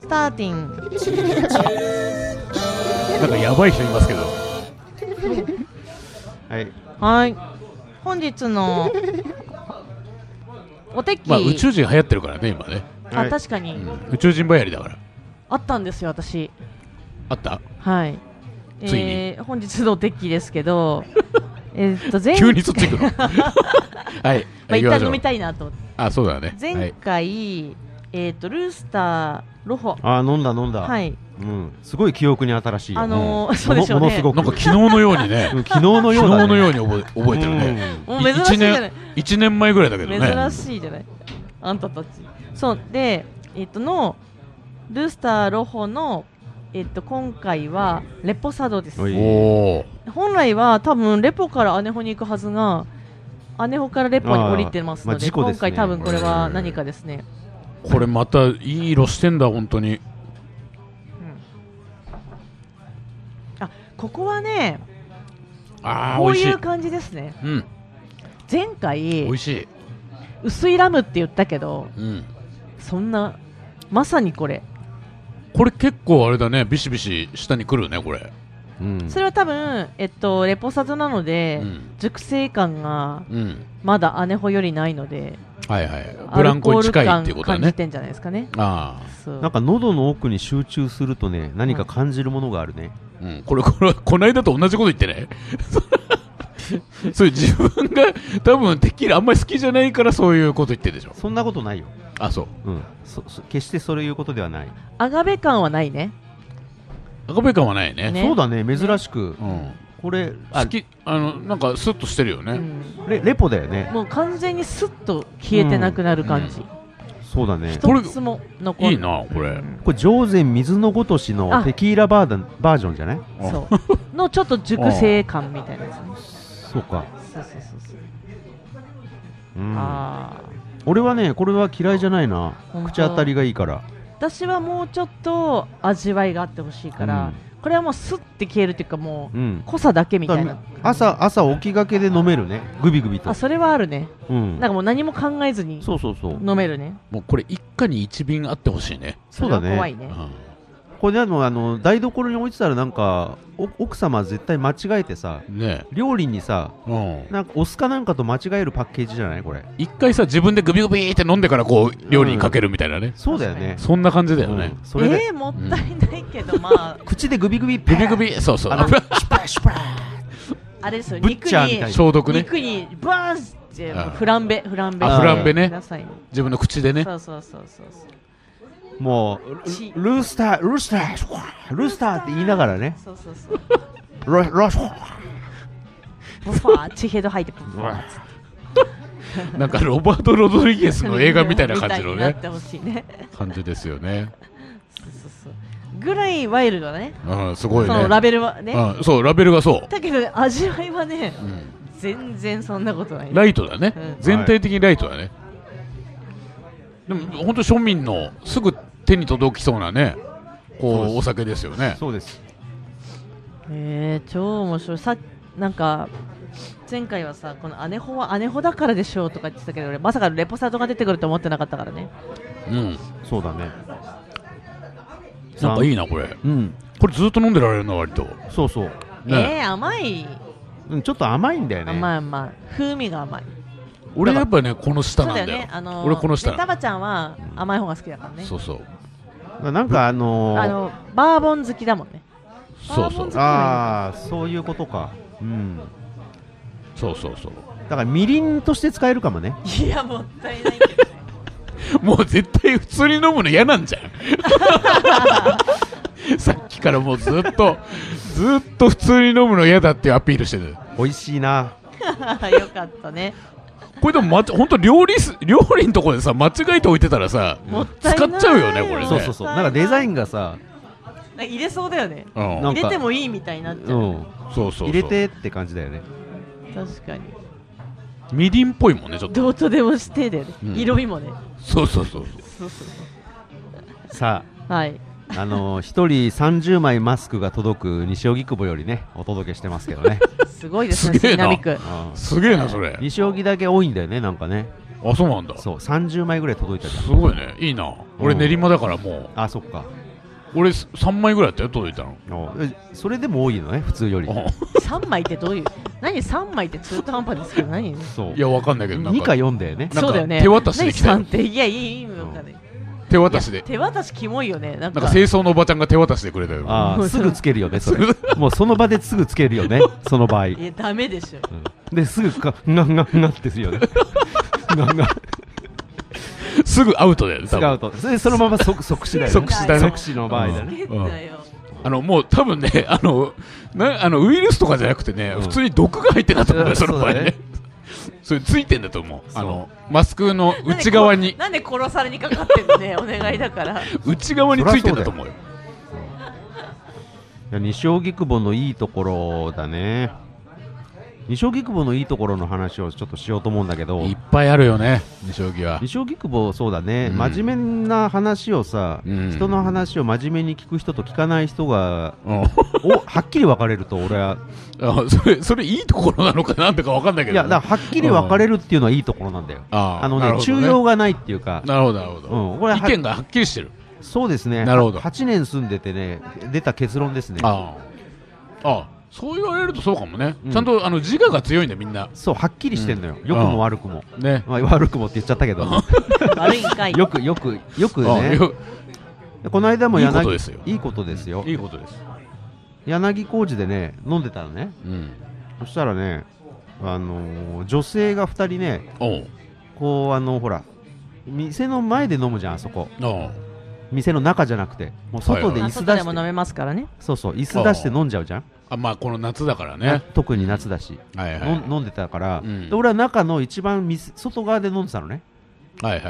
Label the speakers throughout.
Speaker 1: スターティン。
Speaker 2: なんかやばい人いますけど。
Speaker 3: はい。
Speaker 1: はい。本日の。おてき、
Speaker 2: まあ宇宙人流行ってるからね、今ね。
Speaker 1: あ、
Speaker 3: はい
Speaker 1: 確かに、
Speaker 2: うん宇宙人ばやりだから。
Speaker 1: あったんですよ、私。
Speaker 2: あった
Speaker 1: はい。
Speaker 2: ついに
Speaker 1: えー、本日のおてきですけ ど。えーっと、前
Speaker 2: 急にそっち行 くの。はい。
Speaker 1: まあ、一
Speaker 2: 行きま
Speaker 1: 旦
Speaker 2: しょ
Speaker 1: 飲
Speaker 2: う
Speaker 1: みたいなと思って。
Speaker 2: あ、そうだね。は
Speaker 1: 前
Speaker 2: い。
Speaker 1: 回、えーっと、ルースター、ロホ。
Speaker 3: あー飲んだ飲んだ。
Speaker 1: はい。
Speaker 3: うん。すごい記憶に新しいよ。
Speaker 1: あのー、
Speaker 3: も
Speaker 1: そうですよ
Speaker 3: もの
Speaker 1: ね
Speaker 3: す。ご
Speaker 2: なんか
Speaker 3: く。
Speaker 2: 昨日のよう にね
Speaker 3: う。ん昨日のよ
Speaker 2: 昨
Speaker 3: うだ、ね。
Speaker 2: 日のように覚え覚えてるね。
Speaker 3: うん
Speaker 1: もう珍しいじゃない。
Speaker 2: 1年前ぐらいだけどね。
Speaker 1: 珍しいじゃないあんたたちそうでえっ、とのルースターロホのえっ、と今回はレポサドです
Speaker 3: おい
Speaker 2: おお。
Speaker 1: 本来は多分レポからアネホに行くはずがアネホからレポに降りてますの
Speaker 3: あーまあ
Speaker 1: で,、
Speaker 3: 事故ですね
Speaker 1: 今回多分これは何かですね、
Speaker 2: これまたいい色してんだ、本当に。
Speaker 1: うんあここはね
Speaker 2: ああ、
Speaker 1: こ
Speaker 2: 美
Speaker 1: う
Speaker 2: 味し
Speaker 1: い
Speaker 2: い。
Speaker 1: う感じですね
Speaker 2: うん。
Speaker 1: 前
Speaker 2: 美
Speaker 1: 回
Speaker 2: 味しい。
Speaker 1: 薄いラムって言ったけど
Speaker 2: うん。
Speaker 1: そんなまさにこれ
Speaker 2: これ結構あれだね、ビシビシ下に来るね、これ。
Speaker 3: うん
Speaker 1: それは多分、えっと、レポサドなので、
Speaker 2: うん。
Speaker 1: 熟成感が
Speaker 2: うん。
Speaker 1: まだ姉穂よりないので
Speaker 2: はいはい。ブランコに近い
Speaker 1: アルコール感
Speaker 2: っていうことだ
Speaker 1: 感じ
Speaker 2: ね。
Speaker 1: てんじゃないですかね
Speaker 2: ああ。
Speaker 1: そう
Speaker 3: なんか喉の奥に集中するとね、何か感じるものがあるね。
Speaker 2: うん、これ、これ、こないだと同じこと言ってね。 そういう自分が多分テキーラあんまり好きじゃないからそういうこと言ってるでしょ。
Speaker 3: そんなことないよ。
Speaker 2: あ、そう。
Speaker 3: うん。そそ決してそういうことではない。
Speaker 1: アガベ感はないね
Speaker 2: 赤べ感はないね。
Speaker 1: ね
Speaker 3: そうだね、珍しく。
Speaker 2: うん。
Speaker 3: これ、あ
Speaker 2: 好き、あの、なんかスッとしてるよ
Speaker 1: う
Speaker 2: ね。
Speaker 1: ん
Speaker 3: レレポだよね。
Speaker 1: もう完全にスッと消えてなくなる感じ
Speaker 3: そうだね。
Speaker 2: うんうん
Speaker 1: 一つも残る
Speaker 2: いいな、これ。
Speaker 3: これ、上善水のごとしの
Speaker 1: あ
Speaker 3: テキーラバーダンバージョンじゃない
Speaker 2: あ
Speaker 1: そう のちょっと熟成感みたいなやつね
Speaker 3: そうか。
Speaker 1: そうそうそうそう
Speaker 3: うん。
Speaker 1: あー
Speaker 3: 俺はね、これは嫌いじゃないな。
Speaker 1: 本当
Speaker 3: 口当たりがいいから。
Speaker 1: 私はもうちょっと味わいがあってほしいから、これはもうスッて消えるっていうかも
Speaker 3: う。
Speaker 1: うん濃さだけみたい
Speaker 3: だ
Speaker 1: な
Speaker 3: から朝、朝起きがけで飲めるね。グビグビと
Speaker 1: あ。それはあるね
Speaker 3: うん
Speaker 1: なん。かもう何も考えずに
Speaker 3: そうそうそう。
Speaker 1: 飲めるね。
Speaker 2: もうこれ一家に一瓶あってほしいね。
Speaker 3: そうだ
Speaker 1: れは怖い
Speaker 3: ね。
Speaker 2: う
Speaker 1: ね。
Speaker 2: ん。
Speaker 3: これでも、あの、台所に置いてたらなんか、お奥様絶対間違えてさ、
Speaker 2: ね
Speaker 3: 料理にさ、
Speaker 2: え。うん。
Speaker 3: なんかお酢かなんかと間違えるパッケージじゃないこれ。
Speaker 2: 一回さ、自分でグビグビって飲んでからこう、料理にかけるみたいなね。
Speaker 3: そうだよね。
Speaker 2: そんな感じだよね
Speaker 3: う。んそれで、
Speaker 1: えー、もったいないけど、まあ、
Speaker 3: 口でグビグビ
Speaker 2: グビグビ、そうそう。
Speaker 3: あの
Speaker 1: あれですよ、
Speaker 3: ブッ
Speaker 1: 肉
Speaker 3: チャーみたい
Speaker 1: に、
Speaker 3: な
Speaker 2: 消毒ね。
Speaker 1: 肉に、バーンって、
Speaker 2: ああ
Speaker 1: フランベ、フランベ。
Speaker 2: あ
Speaker 3: フランベ
Speaker 2: ね
Speaker 1: なさいね。
Speaker 2: 自分の口でね。
Speaker 1: そうそうそうそうそう。
Speaker 3: もう
Speaker 1: 血
Speaker 3: ルルースタールースターシュワールースターって言いながらね
Speaker 1: そうそうそう。
Speaker 3: ロロシュワー
Speaker 1: ブファー、血ヘド吐いて、ブファーって
Speaker 2: なんかロバート・ロドリゲ スの映画みたいな感じの
Speaker 1: みたいにな
Speaker 2: ね
Speaker 1: っ、てほしいね。
Speaker 2: 感じですよね。
Speaker 1: そうそうそう。ぐらいワイルドだね。
Speaker 2: うん、すごい
Speaker 1: その
Speaker 2: ね。
Speaker 1: ラベルはね。
Speaker 2: うん、そう、ラベルがそ
Speaker 1: だけど、味わいはね、
Speaker 2: う。うん
Speaker 1: 全然そんなことない。
Speaker 2: ライトだね
Speaker 1: うん。
Speaker 2: 全体的にライトだね。でも、本当庶民のすぐ手に届きそうなね、
Speaker 3: そう
Speaker 2: こ
Speaker 3: です
Speaker 2: う、お酒ですよね。
Speaker 3: そうです
Speaker 1: えー、超面白いさなんか前回はさこの姉穂は姉穂だからでしょうとか言ってたけど俺まさかレポサドが出てくると思ってなかったからね
Speaker 2: うん。
Speaker 3: そうだね
Speaker 2: なんかいいな、これ。
Speaker 3: うん
Speaker 2: これずっと飲んでられるな、割と。
Speaker 3: そうそう、
Speaker 2: ね
Speaker 1: えー、甘い
Speaker 3: うん、ちょっと甘いんだよね
Speaker 1: 甘い甘い風味が甘い
Speaker 2: 俺やっぱね、この
Speaker 1: そ
Speaker 2: 下
Speaker 1: う
Speaker 2: なん
Speaker 1: だ
Speaker 2: だ
Speaker 1: よね
Speaker 2: よ。
Speaker 1: あのー
Speaker 2: 俺この下
Speaker 1: ねタバちゃんは甘い方が好きだからね
Speaker 2: そうそう。
Speaker 3: なんかあのー、
Speaker 1: あのバーボン好きだもん ね
Speaker 2: そう
Speaker 1: バー
Speaker 2: そ
Speaker 1: ボン
Speaker 2: う
Speaker 1: 好き。
Speaker 3: あーそういうことかうん
Speaker 2: そうそうそう。
Speaker 3: だからみりんとして使えるかもね
Speaker 1: いやもったいないけどね
Speaker 2: もう絶対普通に飲むの嫌なんじゃ んさっきからもうずっとずっと普通に飲むの嫌だっていうアピールしてる
Speaker 3: 美味しいな
Speaker 1: よかったね
Speaker 2: これでもまち本当料理す料理のところでさ間違えて置いてたらさ
Speaker 1: もったいない
Speaker 2: 使っちゃうよねこれね
Speaker 3: そうそうそうなんかデザインがさ、
Speaker 1: なんか入れそうだよね
Speaker 2: う
Speaker 3: なん
Speaker 2: ん
Speaker 3: か
Speaker 1: 入れてもいいみたいになっちゃ
Speaker 3: う
Speaker 1: う、
Speaker 3: ん、
Speaker 2: そうそうそう
Speaker 3: 入れてって感じだよね
Speaker 1: 確かに
Speaker 2: みりんっぽいもんねちょっと
Speaker 1: どうとでもしてだよね、
Speaker 2: うん
Speaker 1: 色味もね
Speaker 2: そうそうそう
Speaker 1: そうそうそ
Speaker 3: さ
Speaker 1: う
Speaker 3: あ
Speaker 1: はい
Speaker 3: あのー、1人30枚マスクが届く西荻窪よりねお届けし てますけどね、
Speaker 1: すごいですね、
Speaker 2: すげえな
Speaker 1: 杉並区。
Speaker 3: うん
Speaker 2: すげえなそれ
Speaker 3: 西荻だけ多いんだよねなんかね
Speaker 2: あそうなんだす
Speaker 3: そう30枚ぐらい届いたじゃん
Speaker 2: ごいねいいな俺
Speaker 3: うん
Speaker 2: 練馬だからも
Speaker 3: あそっか
Speaker 2: う俺3枚ぐらいやったよ届い たの
Speaker 3: おえそれでも多いのね普通より
Speaker 2: あ
Speaker 1: 3枚ってどういう何3枚って中途半端ですけど何
Speaker 3: そう
Speaker 2: いやわかんないけどなん
Speaker 3: 2か
Speaker 2: か
Speaker 3: 4だよ
Speaker 2: な
Speaker 3: ね
Speaker 2: んか
Speaker 1: そうだよね
Speaker 2: 手渡しで来たよ
Speaker 1: 何3っていやいい意味わかんない
Speaker 2: 手渡しで
Speaker 1: 手渡しキモいよねなん
Speaker 2: な
Speaker 1: か
Speaker 2: んか清掃のおばちゃんが手渡しでくれたよ
Speaker 3: あ ー
Speaker 1: うん
Speaker 3: すぐつけるよねそれもうその場ですぐつけるよねその場合、
Speaker 1: いやダメでしょ
Speaker 3: うんですぐかんがんがんがんってする よねがんがん
Speaker 2: すぐアウトだよね多
Speaker 3: 使う
Speaker 2: 分
Speaker 3: とそれそのまま即即死だよね
Speaker 2: 即死だね
Speaker 3: 即死の場合だ
Speaker 2: うん
Speaker 3: ね
Speaker 1: 変だよ
Speaker 2: あのもう多分ね あのなあのウイルスとかじゃなくてね、
Speaker 3: うん
Speaker 2: 普通に毒が入ってたと思う
Speaker 3: う
Speaker 2: よ
Speaker 3: ん
Speaker 2: その場合ね
Speaker 3: そうだね
Speaker 2: それついてんだと思う
Speaker 3: そう
Speaker 2: あのマスクの内側に
Speaker 1: なんでこなんで殺されにかかってんのねお願いだから
Speaker 2: 内側についてんだと思うよ
Speaker 3: いや西荻窪のいいところだね西荻窪のいいところの話をちょっとしようと思うんだけど
Speaker 2: いっぱいあるよね西荻は
Speaker 3: 西荻窪そうだね、
Speaker 2: うん
Speaker 3: 真面目な話をさ、
Speaker 2: うん
Speaker 3: 人の話を真面目に聞く人と聞かない人が
Speaker 2: うん
Speaker 3: おはっきり分かれると俺は
Speaker 2: あ それそれいいところなのかなんだかわかんないけ
Speaker 3: い
Speaker 2: ど
Speaker 3: や
Speaker 2: ね、
Speaker 3: だからはっきり分かれるっていうのはいいところなんだよ
Speaker 2: あー
Speaker 3: あの
Speaker 2: な
Speaker 3: ね
Speaker 2: るほど
Speaker 3: 中用がないっていうか
Speaker 2: なるほどなるほど、
Speaker 3: うんこれは
Speaker 2: 意見がはっきりしてる
Speaker 3: そうですね
Speaker 2: なるほど
Speaker 3: 8年住んでてね出た結論ですね
Speaker 2: ああああそう言われるとそうかもね、
Speaker 3: うん
Speaker 2: ちゃんとあの自我が強いんだみんな
Speaker 3: そうはっきりしてんのよ、
Speaker 2: うん
Speaker 3: 良くも悪くも、
Speaker 2: ね
Speaker 3: まあ、悪くもって言っちゃったけど
Speaker 1: 悪いんかい
Speaker 3: よくよくよく
Speaker 2: ああ
Speaker 3: ね
Speaker 2: よ
Speaker 3: でこの間も
Speaker 2: いいこ
Speaker 3: 柳
Speaker 2: とですよ
Speaker 3: いいことですよ
Speaker 2: いいことです、
Speaker 3: 柳小路でね飲んでたのね
Speaker 2: うん、
Speaker 3: そしたらねあのー女性が2人ね
Speaker 2: おう
Speaker 3: こうあのほら店の前で飲むじゃんあそこ
Speaker 2: おう
Speaker 3: 店の中じゃなくてもう外で
Speaker 1: ま
Speaker 3: 椅
Speaker 1: あ
Speaker 3: 子
Speaker 1: 外
Speaker 3: 出
Speaker 1: で
Speaker 3: し
Speaker 1: も
Speaker 3: て、
Speaker 1: 飲めますからね
Speaker 3: そうそう椅子出して飲んじゃうじゃん、
Speaker 2: あまあこの夏だから
Speaker 3: あ
Speaker 2: ね
Speaker 3: 特に夏だし、
Speaker 2: はいはい
Speaker 3: の飲んでたから、
Speaker 2: うん
Speaker 3: で俺は中の一番店外側で飲んでたのね
Speaker 2: はいはい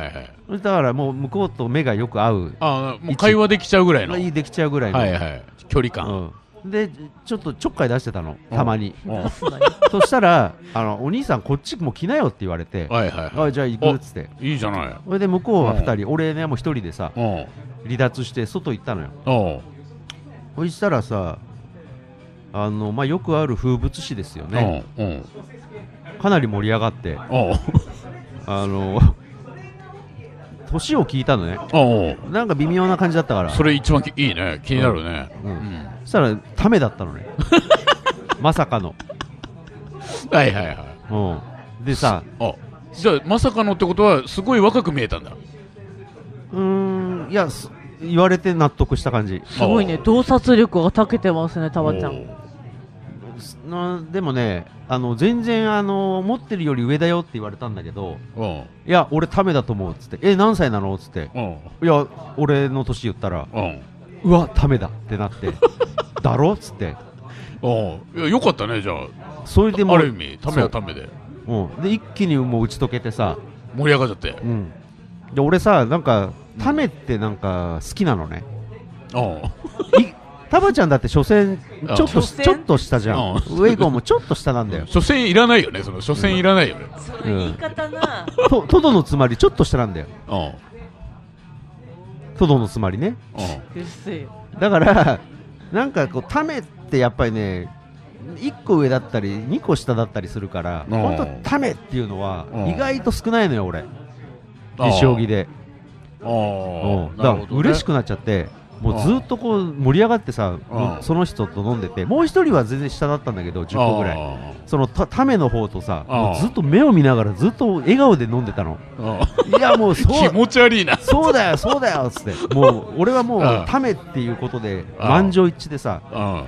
Speaker 2: はい
Speaker 3: だからもう向こうと目がよく合う
Speaker 2: あもう会話できちゃうぐらいの
Speaker 3: いいできちゃうぐらいの、
Speaker 2: はいはい距離感、
Speaker 3: うん、でちょっとちょっかい出してたのたまに、
Speaker 2: おう
Speaker 1: 出すのに
Speaker 3: そしたらあのお兄さんこっちも来なよって言われて
Speaker 2: はいはいは
Speaker 3: あじゃあ行くっつって
Speaker 2: いいいじゃない
Speaker 3: それで向こうは2人、俺ねもう1人でさ
Speaker 2: おう
Speaker 3: 離脱して外行ったのよ
Speaker 2: おう
Speaker 3: そしたらさあの、まあ、よくある風物詩ですよね
Speaker 2: おうおう
Speaker 3: かなり盛り上がって
Speaker 2: おう
Speaker 3: あの 年を聞いたのね
Speaker 2: おう
Speaker 3: なんか微妙な感じだったから
Speaker 2: それ一番きいいね気になるね
Speaker 3: う
Speaker 2: うんん、
Speaker 3: そしたらためだったの ねまさかの、
Speaker 2: はいはいはい
Speaker 3: うん、でさ
Speaker 2: あじゃあまさかのってことはすごい若く見えたんだ
Speaker 3: うーんいやす言われて納得した感じ
Speaker 1: すごいね洞察力が長けてますねたわちゃ
Speaker 2: お
Speaker 1: ん
Speaker 2: う
Speaker 3: すなでもねあの全然あの持ってるより上だよって言われたんだけど
Speaker 2: おう
Speaker 3: いや俺ためだと思うっつってえ何歳なのっつって
Speaker 2: おう
Speaker 3: いや俺の年言ったら
Speaker 2: おう
Speaker 3: うわためだって なってだろっつって
Speaker 2: おういやよかったねじゃ
Speaker 3: それで
Speaker 2: あ
Speaker 3: も
Speaker 2: あ
Speaker 3: う、
Speaker 2: る意味ためはためで
Speaker 3: うん、で一気にもう打ち解けてさ、
Speaker 2: 盛り上がっちゃって
Speaker 3: うん、で俺さなんかためってなんか好きなのね
Speaker 2: おう
Speaker 3: いタバちゃんだって所詮
Speaker 2: あ
Speaker 3: ちょっ
Speaker 1: 所
Speaker 3: と
Speaker 1: 詮
Speaker 3: ちょっと下じゃん
Speaker 2: あ
Speaker 3: ウェイゴンもちょっと下なんだよ
Speaker 2: 所詮いらないよねその所詮いらないよね
Speaker 1: それ言い方な
Speaker 3: とトドのつまりちょっと下なんだよ
Speaker 2: おう
Speaker 3: トドのつまりね
Speaker 2: おう
Speaker 1: うっせえよ
Speaker 3: だからなんかこうためってやっぱりね1個上だったり2個下だったりするから
Speaker 2: うん
Speaker 3: 本当ためっていうのは
Speaker 2: うん
Speaker 3: 意外と少ないのよ俺
Speaker 2: あー
Speaker 3: 西荻で
Speaker 2: あ
Speaker 3: うん
Speaker 2: あ、
Speaker 3: だから嬉し
Speaker 2: く
Speaker 3: くなっちゃってもうずっとこう盛り上がってさ
Speaker 2: うん
Speaker 3: その人と飲んでてもう1人は全然下だったんだけど10個ぐらい
Speaker 2: い。
Speaker 3: そのたための方とさ
Speaker 2: うん
Speaker 3: もうずっと目を見ながらずっと笑顔で飲んで たの
Speaker 2: ああ
Speaker 3: いやもうそ
Speaker 2: 気
Speaker 3: う
Speaker 2: 持ち悪いな。
Speaker 3: そうだよ、そうだよっつって、もう俺はも
Speaker 2: あ
Speaker 3: う
Speaker 2: あ
Speaker 3: ためっていうことで、
Speaker 2: ああ
Speaker 3: 満場一致でさ、
Speaker 2: あ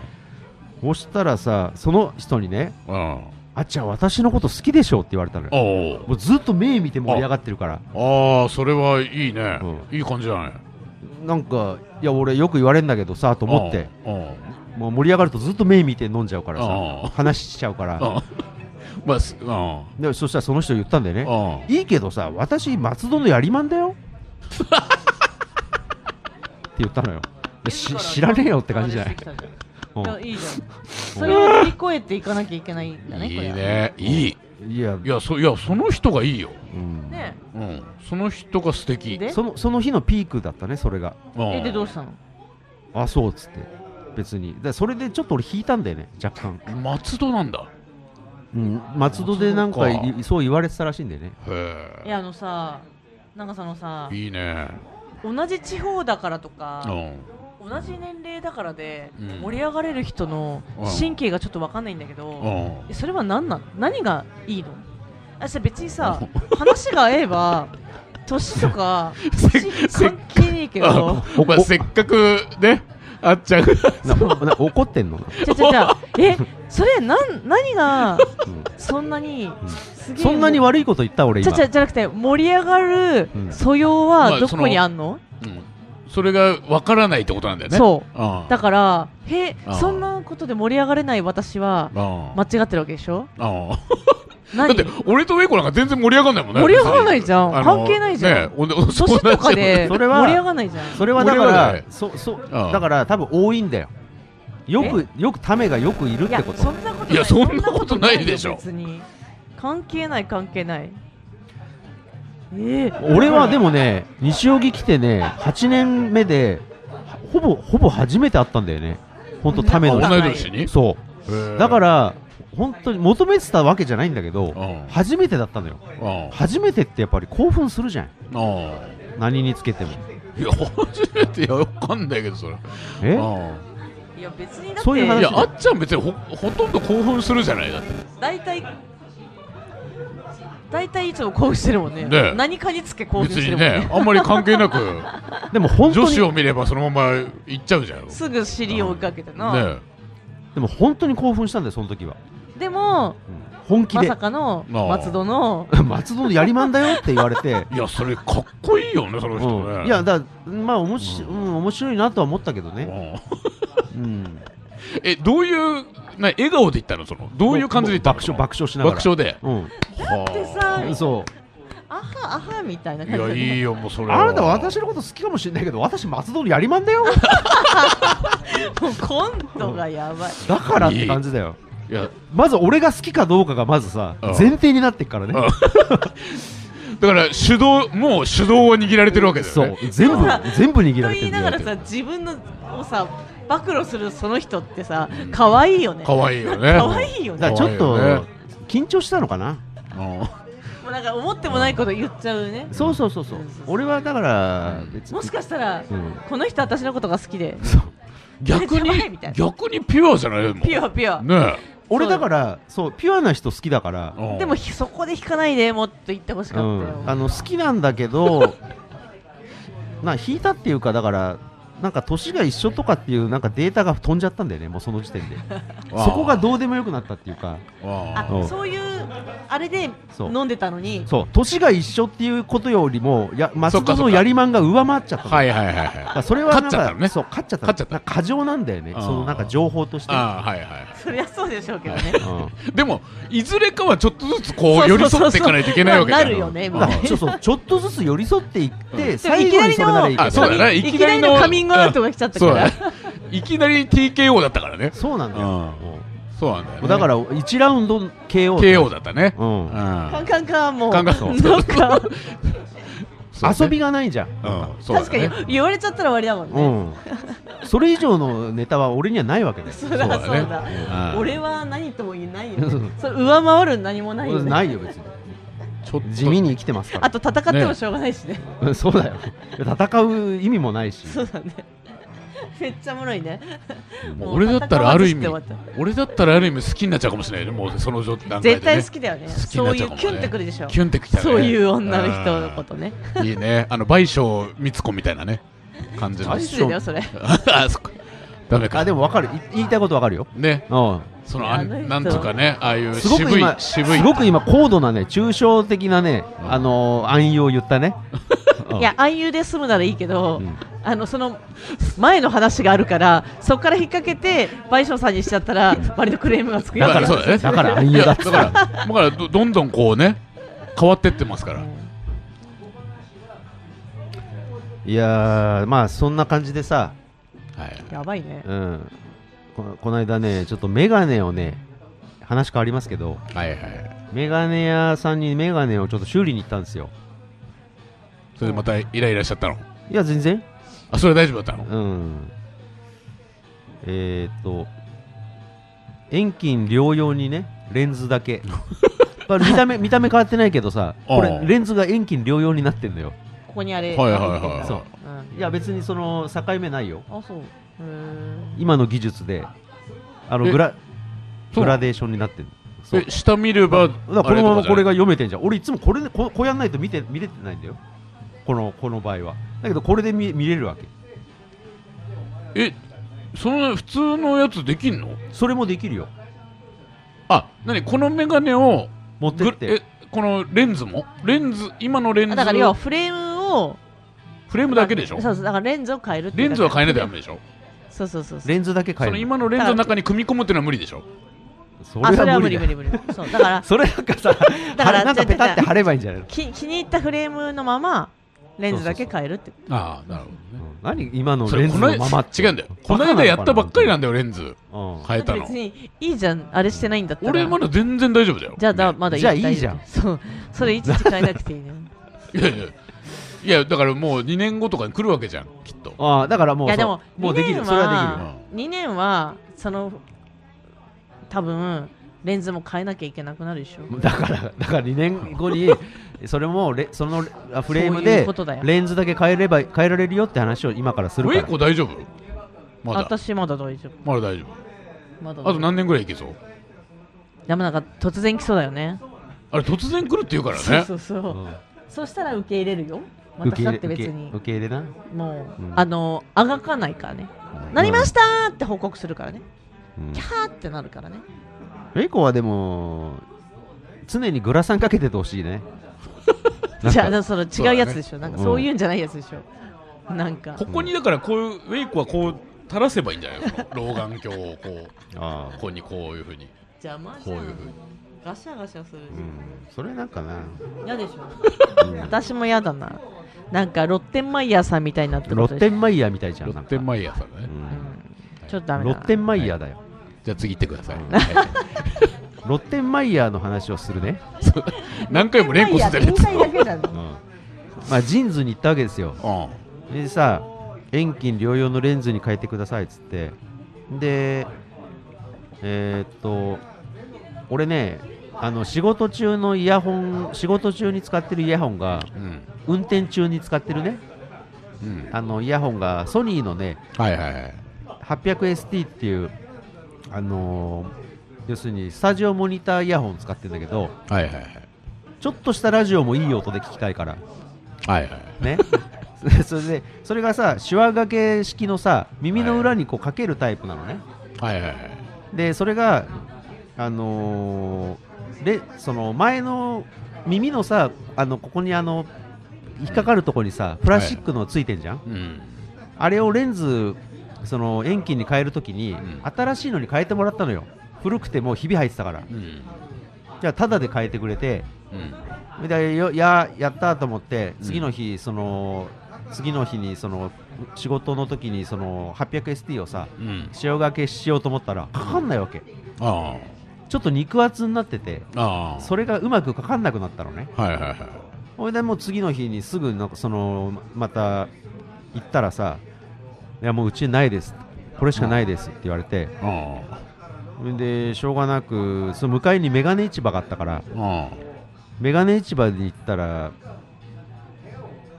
Speaker 3: そしたらさ、その人にね、
Speaker 2: あ、あ
Speaker 3: あっちゃん、私のこと好きでしょって言われたの
Speaker 2: あ
Speaker 3: よ、もうずっと目見て盛り上がってるから、
Speaker 2: ああ、それはいいね
Speaker 3: うん。
Speaker 2: いい感じじゃない。
Speaker 3: なんか、いや、俺、よく言われるんだけどさ、と思って、
Speaker 2: あ
Speaker 3: もう盛り上がるとずっと目見て飲んじゃうから
Speaker 2: ああ
Speaker 3: さ、話しちゃうか
Speaker 2: あ。あ
Speaker 3: ら、
Speaker 2: あ まあ、すあ
Speaker 3: でそしたらその人言ったんだよ
Speaker 2: あ。
Speaker 3: ね、
Speaker 2: あ
Speaker 3: いいけどさ、私、松戸のやりまん だよって言ったのよ。いやし知らねえよって感じじゃない。
Speaker 1: いや
Speaker 3: う
Speaker 1: いいじゃんそれを乗り越えていかなきゃいけないんだ
Speaker 2: あ。
Speaker 1: ね
Speaker 2: いい
Speaker 1: これは
Speaker 2: ね。いい。
Speaker 3: んいや、
Speaker 2: いや、そいやその人がいいよ。
Speaker 3: うん
Speaker 1: ね
Speaker 2: うん。その人が素敵。
Speaker 1: で
Speaker 3: そのその日のピークだったね、それが。
Speaker 2: あ
Speaker 1: えでどうしたの
Speaker 3: あ、そうっつって、別に。でそれでちょっと俺、引いたんだよね、若干。
Speaker 2: あ松戸なんだ。
Speaker 3: うん、松戸でなんかい
Speaker 2: そう
Speaker 3: そう言われてたらしいんでね
Speaker 2: へ
Speaker 1: いやあのさなんかそのさ
Speaker 2: えいいね
Speaker 1: 同じ地方だからとか
Speaker 2: うん
Speaker 1: 同じ年齢だからで
Speaker 2: うん
Speaker 1: 盛り上がれる人の
Speaker 2: うん
Speaker 1: 神経がちょっとわかんないんだけ
Speaker 2: う
Speaker 1: ど、
Speaker 2: ん
Speaker 1: えそれは何なの何がいいのあじゃあ別にさ話が合えば年とか
Speaker 2: せ
Speaker 1: 関係ねえけど
Speaker 2: あ まあ、せっかくねあっちゃんが
Speaker 3: なな怒ってんの、
Speaker 1: じゃじゃじゃえそれなん何が
Speaker 3: うん
Speaker 1: そんなに
Speaker 3: うん
Speaker 1: すげえ
Speaker 3: そんなに悪いこと言った俺
Speaker 1: じ
Speaker 3: 今
Speaker 1: ゃじゃじゃなくて盛り上がる
Speaker 3: うん
Speaker 1: 素養
Speaker 2: ま
Speaker 1: は
Speaker 2: あ
Speaker 1: ど
Speaker 2: そ
Speaker 1: こ
Speaker 2: の
Speaker 1: にあんの、
Speaker 2: うんそれがわからないってことなんだよね、
Speaker 1: そう
Speaker 2: ん、
Speaker 1: うだからへ
Speaker 2: あー
Speaker 1: そんなことで盛り上がれない私は
Speaker 2: ら、うん
Speaker 1: 間違ってるわけでしょ
Speaker 2: うんだ
Speaker 1: 何
Speaker 2: って俺とウェイコなんか全然盛り上がんないもんね
Speaker 1: 盛り上がらないじゃん
Speaker 2: あの
Speaker 1: 関係ないじゃん
Speaker 2: ねおでお
Speaker 1: 年とかで
Speaker 3: それは
Speaker 1: 盛り上がらないじゃん
Speaker 3: それはだか
Speaker 2: 俺は
Speaker 3: ら
Speaker 2: ね
Speaker 3: そそ
Speaker 2: ああ
Speaker 3: だから多分多いんだよよくよくためがよくいるっ
Speaker 1: い
Speaker 3: て
Speaker 1: や
Speaker 3: こと
Speaker 1: そんなことない
Speaker 2: いやそんなことないでしょ
Speaker 1: そんなことないよ別に関係ない関係ないええ
Speaker 3: 俺はでもね西荻来てね8年目でほぼほぼ初めて会ったんだよねほんとため
Speaker 2: あ
Speaker 3: の
Speaker 1: な
Speaker 2: 同い年に
Speaker 3: そ
Speaker 2: へー
Speaker 3: うだから本当に求めてたわけじゃないんだけ
Speaker 2: う
Speaker 3: ど
Speaker 2: ん
Speaker 3: 初めてだったのよ
Speaker 2: うん
Speaker 3: 初めてってやっぱり興奮するじゃん
Speaker 2: うん
Speaker 3: 何につけても
Speaker 2: いや初めていやわかんないけどそれ
Speaker 3: え
Speaker 2: うん
Speaker 1: いや別にだって
Speaker 3: そういう
Speaker 2: い
Speaker 3: 話
Speaker 2: やあっちゃん別にほほとんど興奮するじゃないだって
Speaker 1: 大体大体いつも興奮してるもんね
Speaker 2: ねえ
Speaker 1: 何かにつけ興奮
Speaker 2: 別
Speaker 1: してる
Speaker 2: に
Speaker 1: もんね
Speaker 2: ねあんまり関係なく
Speaker 3: でも 本
Speaker 2: 女
Speaker 3: 当
Speaker 2: 子
Speaker 3: に
Speaker 2: を見ればそのまま行っちゃうじゃんね
Speaker 1: すぐ尻を追いかけてな、
Speaker 2: え
Speaker 3: でも本当に興奮したんだよその時は
Speaker 1: でも
Speaker 3: うん本気
Speaker 1: ま
Speaker 3: で
Speaker 1: さかの
Speaker 2: なあ
Speaker 1: 松戸の
Speaker 3: 松戸のやりまんだよって言われ て
Speaker 2: いやそれかっこいいよねその人
Speaker 3: う
Speaker 2: ね
Speaker 3: ん、いやだまあおもし、
Speaker 2: う
Speaker 3: うんん面白いなとは思ったけど
Speaker 2: う
Speaker 3: ね、
Speaker 2: ん
Speaker 3: うん、
Speaker 2: えどういうな笑顔で言ったのそのどういう感じで言ったの
Speaker 3: 爆笑爆笑しながら
Speaker 2: 爆笑で
Speaker 1: だってさ
Speaker 3: うん、そ
Speaker 1: アハアハみたいな
Speaker 2: はあいや
Speaker 1: 感じで
Speaker 2: いいよもうそれ
Speaker 3: うあなた私のこと好きかもしれないけど私松戸のやりまん だよ
Speaker 1: もうコントがやばい
Speaker 3: だからって感じだよ
Speaker 2: いや
Speaker 3: まず俺が好きかどうかがまずさ
Speaker 2: うん
Speaker 3: 前提になってっからね
Speaker 2: うんだから手動もう手動を握られてるわけだ
Speaker 3: そ
Speaker 2: よ
Speaker 3: う
Speaker 2: ね
Speaker 3: 全部全部握
Speaker 1: と
Speaker 3: られて
Speaker 1: 言
Speaker 3: る
Speaker 1: い
Speaker 3: ん
Speaker 1: な
Speaker 3: だ
Speaker 1: が
Speaker 3: よ
Speaker 1: らさ自分のをさ暴露するその人ってさ可愛いよね
Speaker 2: かわいいよね
Speaker 1: 可愛いよ
Speaker 3: だ
Speaker 1: ね
Speaker 3: からちょっ
Speaker 2: 可愛いよ
Speaker 3: と
Speaker 2: ね
Speaker 3: 緊張したのかな
Speaker 2: うん
Speaker 1: もうなんか思ってもないこと言っちゃうね
Speaker 3: そうそうそうそう俺はだから
Speaker 2: うん
Speaker 3: 別に
Speaker 1: もしかしたら
Speaker 3: うん
Speaker 1: この人私のことが好きで
Speaker 2: 逆
Speaker 1: やばい
Speaker 2: に
Speaker 1: みたいな
Speaker 2: 逆にピュアじゃないでも
Speaker 1: ピュアピュア
Speaker 2: ね
Speaker 3: 俺だからそうピュアな人好きだから
Speaker 2: えうん
Speaker 1: でもひそこで引かないでもっと言ってほしか
Speaker 3: う
Speaker 1: ったよ
Speaker 3: ん、あの好きなんだけど な引いたっていうかだからなんか年が一緒とかっていうなんかデータが飛んじゃったんだよねもうその時点でそこがどうでもよくなったっていうか
Speaker 2: あ
Speaker 1: あ
Speaker 3: うん
Speaker 1: そういうあれで
Speaker 3: そう
Speaker 1: 飲んでたのに
Speaker 3: そう年が一緒っていうことよりもや
Speaker 2: そっ
Speaker 3: 松
Speaker 2: か
Speaker 3: 戸
Speaker 2: そっか
Speaker 3: のやりまんが上回っちゃったの
Speaker 2: はいはいはいはい
Speaker 3: だからそれはなんか
Speaker 2: 勝っちゃったのね
Speaker 3: そう勝っちゃったの
Speaker 2: 勝っちゃった
Speaker 3: なんか過剰なんだよね
Speaker 2: あー
Speaker 3: そのなんか情報として
Speaker 2: あーはいはい
Speaker 1: そりゃそうでしょうけどね
Speaker 3: う
Speaker 2: でもいずれかはちょっとずつこ
Speaker 1: そううそ
Speaker 2: 寄
Speaker 1: う
Speaker 2: り
Speaker 1: そうそう
Speaker 2: 添っていかないといけないわけじゃん
Speaker 1: まあなるよね
Speaker 2: うん
Speaker 3: んだから
Speaker 1: もうね
Speaker 3: ちょそうちょっとずつ寄り添っていって
Speaker 1: でもい
Speaker 3: 最
Speaker 1: き
Speaker 3: 後
Speaker 1: な
Speaker 3: に
Speaker 1: り
Speaker 3: それならいい
Speaker 1: の
Speaker 2: あそうだね
Speaker 3: けど
Speaker 1: いきなりの
Speaker 2: いきなりの
Speaker 1: カミングアウトが来ちゃったか
Speaker 2: そうだ
Speaker 1: ら
Speaker 2: ねいきなり TKO だったからね
Speaker 3: そうなんだよ
Speaker 2: うん
Speaker 3: も
Speaker 2: そうなんだよ
Speaker 3: う
Speaker 2: ね
Speaker 3: だから1ラウンド KO だ
Speaker 2: KO だったね
Speaker 3: う
Speaker 2: うん
Speaker 3: ん
Speaker 1: カンカンカンもう
Speaker 2: カ
Speaker 1: な
Speaker 2: ン
Speaker 1: ん
Speaker 2: カ
Speaker 1: か
Speaker 2: ンそうそうそうね
Speaker 3: 遊びがないじゃん
Speaker 2: うんそうだ
Speaker 1: 確か
Speaker 2: ね
Speaker 1: に言われちゃったら終わりだもん
Speaker 3: う
Speaker 1: ね
Speaker 3: ん、それ以上のネタは俺にはないわけだよ。
Speaker 1: そりゃそう
Speaker 2: そう
Speaker 1: だ
Speaker 2: だねうん
Speaker 1: 俺は何とも言えないよ
Speaker 3: そう
Speaker 1: それ上回る何もないよね
Speaker 3: ないよ別に
Speaker 2: ちょっと
Speaker 3: 地味に生きてますか
Speaker 1: あと戦ってもしょうがないしね
Speaker 3: らそうだよ戦う意味もないし
Speaker 1: そうだねめっちゃおもろいねもう
Speaker 2: 俺だったらある意味
Speaker 1: 戦わずして終わっ
Speaker 2: 俺だったらある意味好きになっちゃうかもしれないねもうその状態
Speaker 1: た絶対好きだよね
Speaker 2: 好きに
Speaker 1: そ
Speaker 2: なっ
Speaker 1: う
Speaker 2: ち
Speaker 1: い
Speaker 2: ゃう
Speaker 1: う
Speaker 2: かもね
Speaker 1: キュンってくるでしょ
Speaker 2: キュンってきたね
Speaker 1: そういう女の人のことね
Speaker 2: うんいいねあの賠償光子みたいなね感じの
Speaker 3: うん
Speaker 1: 失礼だよそれ
Speaker 2: あそっかダメ
Speaker 3: あ
Speaker 2: か
Speaker 3: でも分かるい言いたいこと分かるよ、
Speaker 2: ね
Speaker 3: うん、
Speaker 2: そのあ
Speaker 1: あの人
Speaker 2: んなんとかねああいう
Speaker 3: すごく
Speaker 2: 渋い
Speaker 3: 今
Speaker 2: 渋い
Speaker 3: すごく今高度なね抽象的なね、
Speaker 2: うん
Speaker 3: あのー暗喩を言っ たねうん
Speaker 1: いや暗喩で済むならいいけど、
Speaker 3: うん
Speaker 1: あのその前の話があるからそこから引っ掛けて賠償さんにしちゃったら割とクレームがつくよ
Speaker 2: だからそうだね
Speaker 3: だから暗喩だっつっ
Speaker 2: い
Speaker 3: た
Speaker 2: やだからだからどどんどんこうね変わってってますから
Speaker 3: いやーまあそんな感じでさ、
Speaker 2: はい
Speaker 1: やばいね
Speaker 3: うん、ここの間ねちょっとメガネをね話変わりますけど
Speaker 2: はいはい
Speaker 3: メガネ屋さんにメガネをちょっと修理に行ったんですよ
Speaker 2: それでまたイライラしちゃったの
Speaker 3: いや全然
Speaker 2: あそれ大丈夫だったの
Speaker 3: うん。えーっと、遠近療養にね、レンズだけまあ見た目見た目変わってないけどさこ
Speaker 2: あ
Speaker 3: れ
Speaker 2: ー
Speaker 3: レンズが遠近両用になってんだよ
Speaker 1: ここにあれ
Speaker 2: はいはいはい
Speaker 1: 入ってるから
Speaker 3: そう
Speaker 1: うん
Speaker 3: いや別にその境目ないよ
Speaker 1: あそうへえ
Speaker 3: 今の技術であの
Speaker 2: え
Speaker 3: グラ
Speaker 2: そう
Speaker 3: グラデーションになってるそう
Speaker 2: え下見れば
Speaker 3: だからこのままこれ
Speaker 2: が
Speaker 3: が読めてんじゃん俺いつもこれでここうやんないと見て見れてないんだよこのこの場合はだけどこれで見見れるわけ
Speaker 2: えその普通のやつできんの
Speaker 3: それもできるよ
Speaker 2: あ何このメガネを
Speaker 3: 持って
Speaker 2: ぐ
Speaker 3: って
Speaker 2: えこのレンズもレンズ今のレン
Speaker 1: あ
Speaker 2: ズ
Speaker 1: だから要はフレームを
Speaker 2: フレームだけでしょ
Speaker 1: そうそうだからレンズを変えるってい
Speaker 2: レ
Speaker 1: う
Speaker 2: ンズは変えないと
Speaker 1: だ
Speaker 2: ダ
Speaker 1: け
Speaker 2: メでしょ
Speaker 1: そうそうそうそう
Speaker 3: レンズだけ
Speaker 2: そ
Speaker 3: 変え
Speaker 2: の
Speaker 3: る
Speaker 2: 今のレンズの中に組み込むっていうのは無理でしょ
Speaker 3: そ
Speaker 1: あそれは
Speaker 3: れは
Speaker 1: 無
Speaker 3: 無
Speaker 1: 理
Speaker 3: 理
Speaker 1: 無
Speaker 3: だ
Speaker 1: 理無理そうだ から
Speaker 3: それなんかさ
Speaker 1: だから
Speaker 3: なんかペタって貼ればいいんじゃないの
Speaker 1: き気に入ったフレームのままレンズだけ変えるって
Speaker 2: ああなるほどね
Speaker 3: うん何今の
Speaker 2: そ
Speaker 3: レ
Speaker 2: れ
Speaker 3: ン
Speaker 2: こ
Speaker 3: ズ
Speaker 2: の
Speaker 3: のままって
Speaker 2: 違うんだよこの間やったばっかりなんだよレンズ
Speaker 3: うん
Speaker 2: 変えた
Speaker 1: だっ
Speaker 2: の
Speaker 1: て別にいいじゃんあれしてないんだったら
Speaker 2: 俺まだ全然大丈夫だよ
Speaker 1: じゃあだまだ
Speaker 3: じゃあいい
Speaker 1: 大丈夫
Speaker 3: じゃん
Speaker 1: そうそれいちいち変えなくていい ね
Speaker 2: いやいやいやだからもう2年後とかに来るわけじゃんきっと、
Speaker 3: ああだからもう
Speaker 1: いや
Speaker 3: そ
Speaker 1: で
Speaker 3: う
Speaker 1: も
Speaker 3: もうできる
Speaker 1: 2年は
Speaker 3: それはできる
Speaker 2: う
Speaker 1: 2年はその多分レンズも変えなきゃいけなくなるでしょ
Speaker 3: だからだから2年後 にそれもレそのあフレーム
Speaker 1: そうい
Speaker 3: で
Speaker 1: うことだよ
Speaker 3: レンズだけ変えれば変えられるよって話を今からす
Speaker 2: ん、
Speaker 3: る
Speaker 2: ウ
Speaker 3: か
Speaker 2: ェイ
Speaker 3: ら
Speaker 2: コ大丈夫まだ
Speaker 1: 私まだ大丈
Speaker 2: まだ大丈
Speaker 1: 夫まだ大丈
Speaker 2: 夫
Speaker 1: 夫
Speaker 2: あと何年ぐらいいけそう
Speaker 1: でもなんか突然来そうだよね
Speaker 2: あれ突然来るって言うからね
Speaker 1: そうそうそう、
Speaker 3: うん
Speaker 1: そしたら受け入れるよ
Speaker 3: 受け
Speaker 1: 私だ
Speaker 3: 入
Speaker 1: っ
Speaker 3: れ
Speaker 1: て
Speaker 3: 受け
Speaker 1: 別に
Speaker 3: 受け入れな
Speaker 1: もう、
Speaker 3: うん
Speaker 1: あのあがかないからね、なりましたーって報告するからね
Speaker 3: うん
Speaker 1: キャーってなるからね
Speaker 3: レイコはでも常にグラサンかけててほしいねなんか
Speaker 1: じゃあその
Speaker 2: そうだ
Speaker 1: 違う
Speaker 2: ね
Speaker 1: やつでしょ、なんか
Speaker 3: うん
Speaker 1: そういうんじゃないやつでしょ、なんか
Speaker 2: ここにだからこういうウェイクはこう垂らせばいいんじゃないのこの老眼鏡をこう
Speaker 3: あ
Speaker 2: こ
Speaker 3: あ
Speaker 2: こにこういうふうに
Speaker 1: 邪魔じ
Speaker 2: こう
Speaker 1: ゃ
Speaker 2: いうんふうに
Speaker 1: ガシャガシャする
Speaker 3: うんそれなん かな
Speaker 1: 嫌でしょ私も嫌だななんかロッテンマイヤーさんみたいになってる
Speaker 3: ロ
Speaker 1: こと
Speaker 3: ッ
Speaker 1: で
Speaker 3: テ
Speaker 1: しょ
Speaker 3: ンマイヤーみたいじゃん
Speaker 2: ロ
Speaker 3: なん
Speaker 2: ッ
Speaker 3: か
Speaker 2: テンマイヤーさんだね
Speaker 1: うん
Speaker 3: う
Speaker 1: んちょっとダメ
Speaker 3: ロ
Speaker 1: だ
Speaker 3: ッテンマイヤーだよ
Speaker 2: じゃあ次行ってください、
Speaker 3: うん
Speaker 2: はい
Speaker 3: ロッテンマイヤーの話をするね、
Speaker 2: 何回も連呼するや
Speaker 1: ロッ
Speaker 2: つ
Speaker 1: テンマイヤーって言いたいだけだね
Speaker 3: まあジーンズに行ったわけですよ
Speaker 2: うん
Speaker 3: でさ遠近両用のレンズに変えてくださいっつってでえーっと俺ねあの仕事中のイヤホン仕事中に使ってるイヤホンが
Speaker 2: うん
Speaker 3: 運転中に使ってるね
Speaker 2: うん
Speaker 3: あのイヤホンがソニーのね
Speaker 2: はいはいはい
Speaker 3: 800ST っていうあのー要するにスタジオモニターイヤホン使ってるんだけど
Speaker 2: はいはいはい
Speaker 3: ちょっとしたラジオもいい音で聞きたいから
Speaker 2: はいはい
Speaker 3: ねそれでそれがさ手話掛け式のさ耳の裏にこうかけるタイプなのね、
Speaker 2: はいはいはい
Speaker 3: でそれがあのーでその前の耳のさあのここにあの引っかかるとこにさプラスチックのついてんじゃん、
Speaker 2: うん
Speaker 3: あれをレンズその遠近に変えるときに、
Speaker 2: ん
Speaker 3: 新しいのに変えてもらったのよ古くてもうひび入ってたから
Speaker 2: うん
Speaker 3: じゃあタダで変えてくれて
Speaker 2: うん
Speaker 3: でよややったと思って次の日、その次の日にその仕事の時にその 800ST をさ
Speaker 2: うん
Speaker 3: 塩掛けしようと思ったらかかんないわけ
Speaker 2: あ
Speaker 3: ちょっと肉厚になってて
Speaker 2: あああ
Speaker 3: それがうまくかかんなくなったのね
Speaker 2: はいはいはい
Speaker 3: それでもう次の日にすぐなんかそのまた行ったらさ「いやもううちないです」これしかないですって言われて、
Speaker 2: あ
Speaker 3: でしょうがなくその向かいにメガネ市場があったから
Speaker 2: あああ
Speaker 3: メガネ市場に行ったら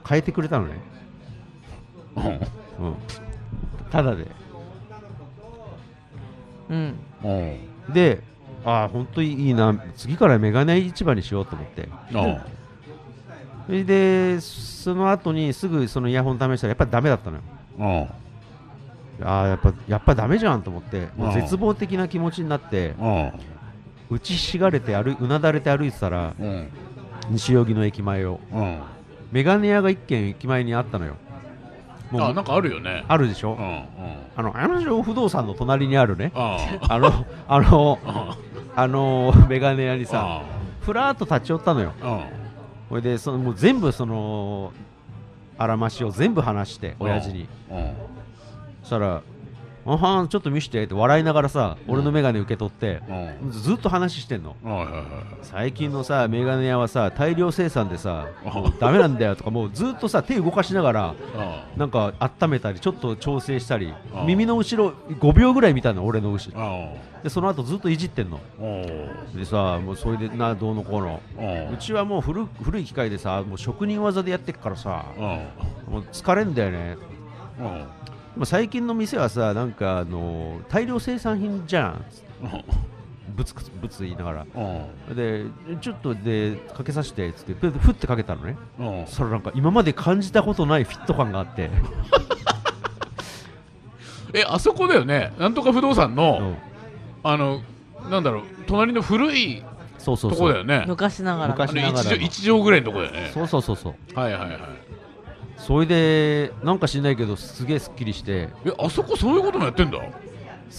Speaker 3: 変えてくれたのね、
Speaker 2: うん
Speaker 3: うん、ただで
Speaker 1: うん
Speaker 2: うん
Speaker 3: でああ本当にいいな次からメガネ市場にしようと思って
Speaker 2: あ
Speaker 3: それでその後にすぐそのイヤホン試したらやっぱダメだったのよ
Speaker 2: あ
Speaker 3: ああやっぱやっぱダメじゃんと思ってもう
Speaker 2: ああ
Speaker 3: 絶望的な気持ちになって
Speaker 2: あ
Speaker 3: 打ちひしがれて歩いうなだれて歩いてたら
Speaker 2: うん
Speaker 3: 西荻の駅前を
Speaker 2: うん
Speaker 3: メガネ屋が一軒駅前にあったのよもう
Speaker 2: あなんかあるよね
Speaker 3: あるでし
Speaker 2: う
Speaker 3: ょ
Speaker 2: んうん
Speaker 3: あの山城不動産の隣にあるね
Speaker 2: あ
Speaker 3: あのあの
Speaker 2: あ
Speaker 3: あのメガネ屋に
Speaker 2: あ
Speaker 3: さふらーっと立ち寄ったのよ
Speaker 2: あうん
Speaker 3: ほいでそのもう全部そのあらましを全部話して親父に
Speaker 2: うん
Speaker 3: そしたらあはんちょっと見してって笑いながらさ俺の眼鏡受け取って、
Speaker 2: うん
Speaker 3: ずっと話してんの
Speaker 2: はいはいはい
Speaker 3: 最近のさ眼鏡屋はさ大量生産でさ
Speaker 2: あ
Speaker 3: もうダメなんだよとかもうずっとさ手動かしながら
Speaker 2: あ
Speaker 3: なんか温めたりちょっと調整したり
Speaker 2: あ
Speaker 3: 耳の後ろ5秒ぐらい見たの俺の後
Speaker 2: あ
Speaker 3: ろ
Speaker 2: あ
Speaker 3: でその後ずっといじってんの
Speaker 2: あお
Speaker 3: でさもうそれでなどうのこうの
Speaker 2: あ
Speaker 3: うちはもう古古い機械でさもう職人技でやってっからさ
Speaker 2: あ
Speaker 3: もう疲れんだよね
Speaker 2: あ
Speaker 3: でも最近の店はさなんかあの大量生産品じゃんぶつくぶつ言いながら
Speaker 2: あ
Speaker 3: でちょっとでかけさせてっつってふふってかけたのね
Speaker 2: あ
Speaker 3: それなんか今まで感じたことないフィット感があって、
Speaker 2: えあそこだよねなんとか不動産の、
Speaker 3: うん
Speaker 2: あのなんだろう隣の古い
Speaker 3: そうそ
Speaker 2: と
Speaker 3: うそう
Speaker 2: こだよね
Speaker 1: 昔ながら
Speaker 2: あ
Speaker 3: 昔
Speaker 2: の
Speaker 3: しながら
Speaker 2: 一
Speaker 3: の
Speaker 2: 畳一畳ぐらいのとこだよね
Speaker 3: そうそうそうそう
Speaker 2: はいはいはい
Speaker 3: それでなんか知んないけどすげえすっきりして
Speaker 2: えあそこそういうこともやってんだ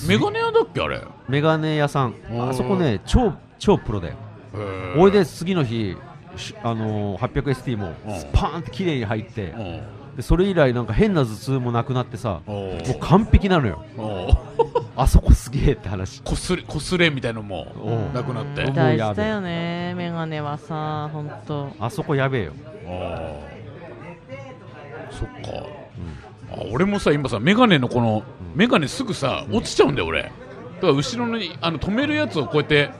Speaker 2: メガネ屋だっけあれへ
Speaker 3: メガネ屋さん
Speaker 2: うん
Speaker 3: あそこね超超プロだよ
Speaker 2: え
Speaker 3: おいで次の日しあのー 800ST も
Speaker 2: うん
Speaker 3: スパーンって綺麗に入って
Speaker 2: うん
Speaker 3: でそれ以来なんか変な頭痛もなくなってさも
Speaker 2: お
Speaker 3: う完璧なのよ
Speaker 2: お
Speaker 3: あそこすげえって話
Speaker 2: こすれこすれみたいのも
Speaker 3: おう
Speaker 2: なくなって
Speaker 1: うん大事だよねメガネはさ本当
Speaker 3: あそこやべえよ、
Speaker 2: ああそっか
Speaker 3: う
Speaker 2: あ俺もさ今さメガネのこのメガネすぐさ落ちちゃうんだよ俺だから後ろのにあの止めるやつをこうやって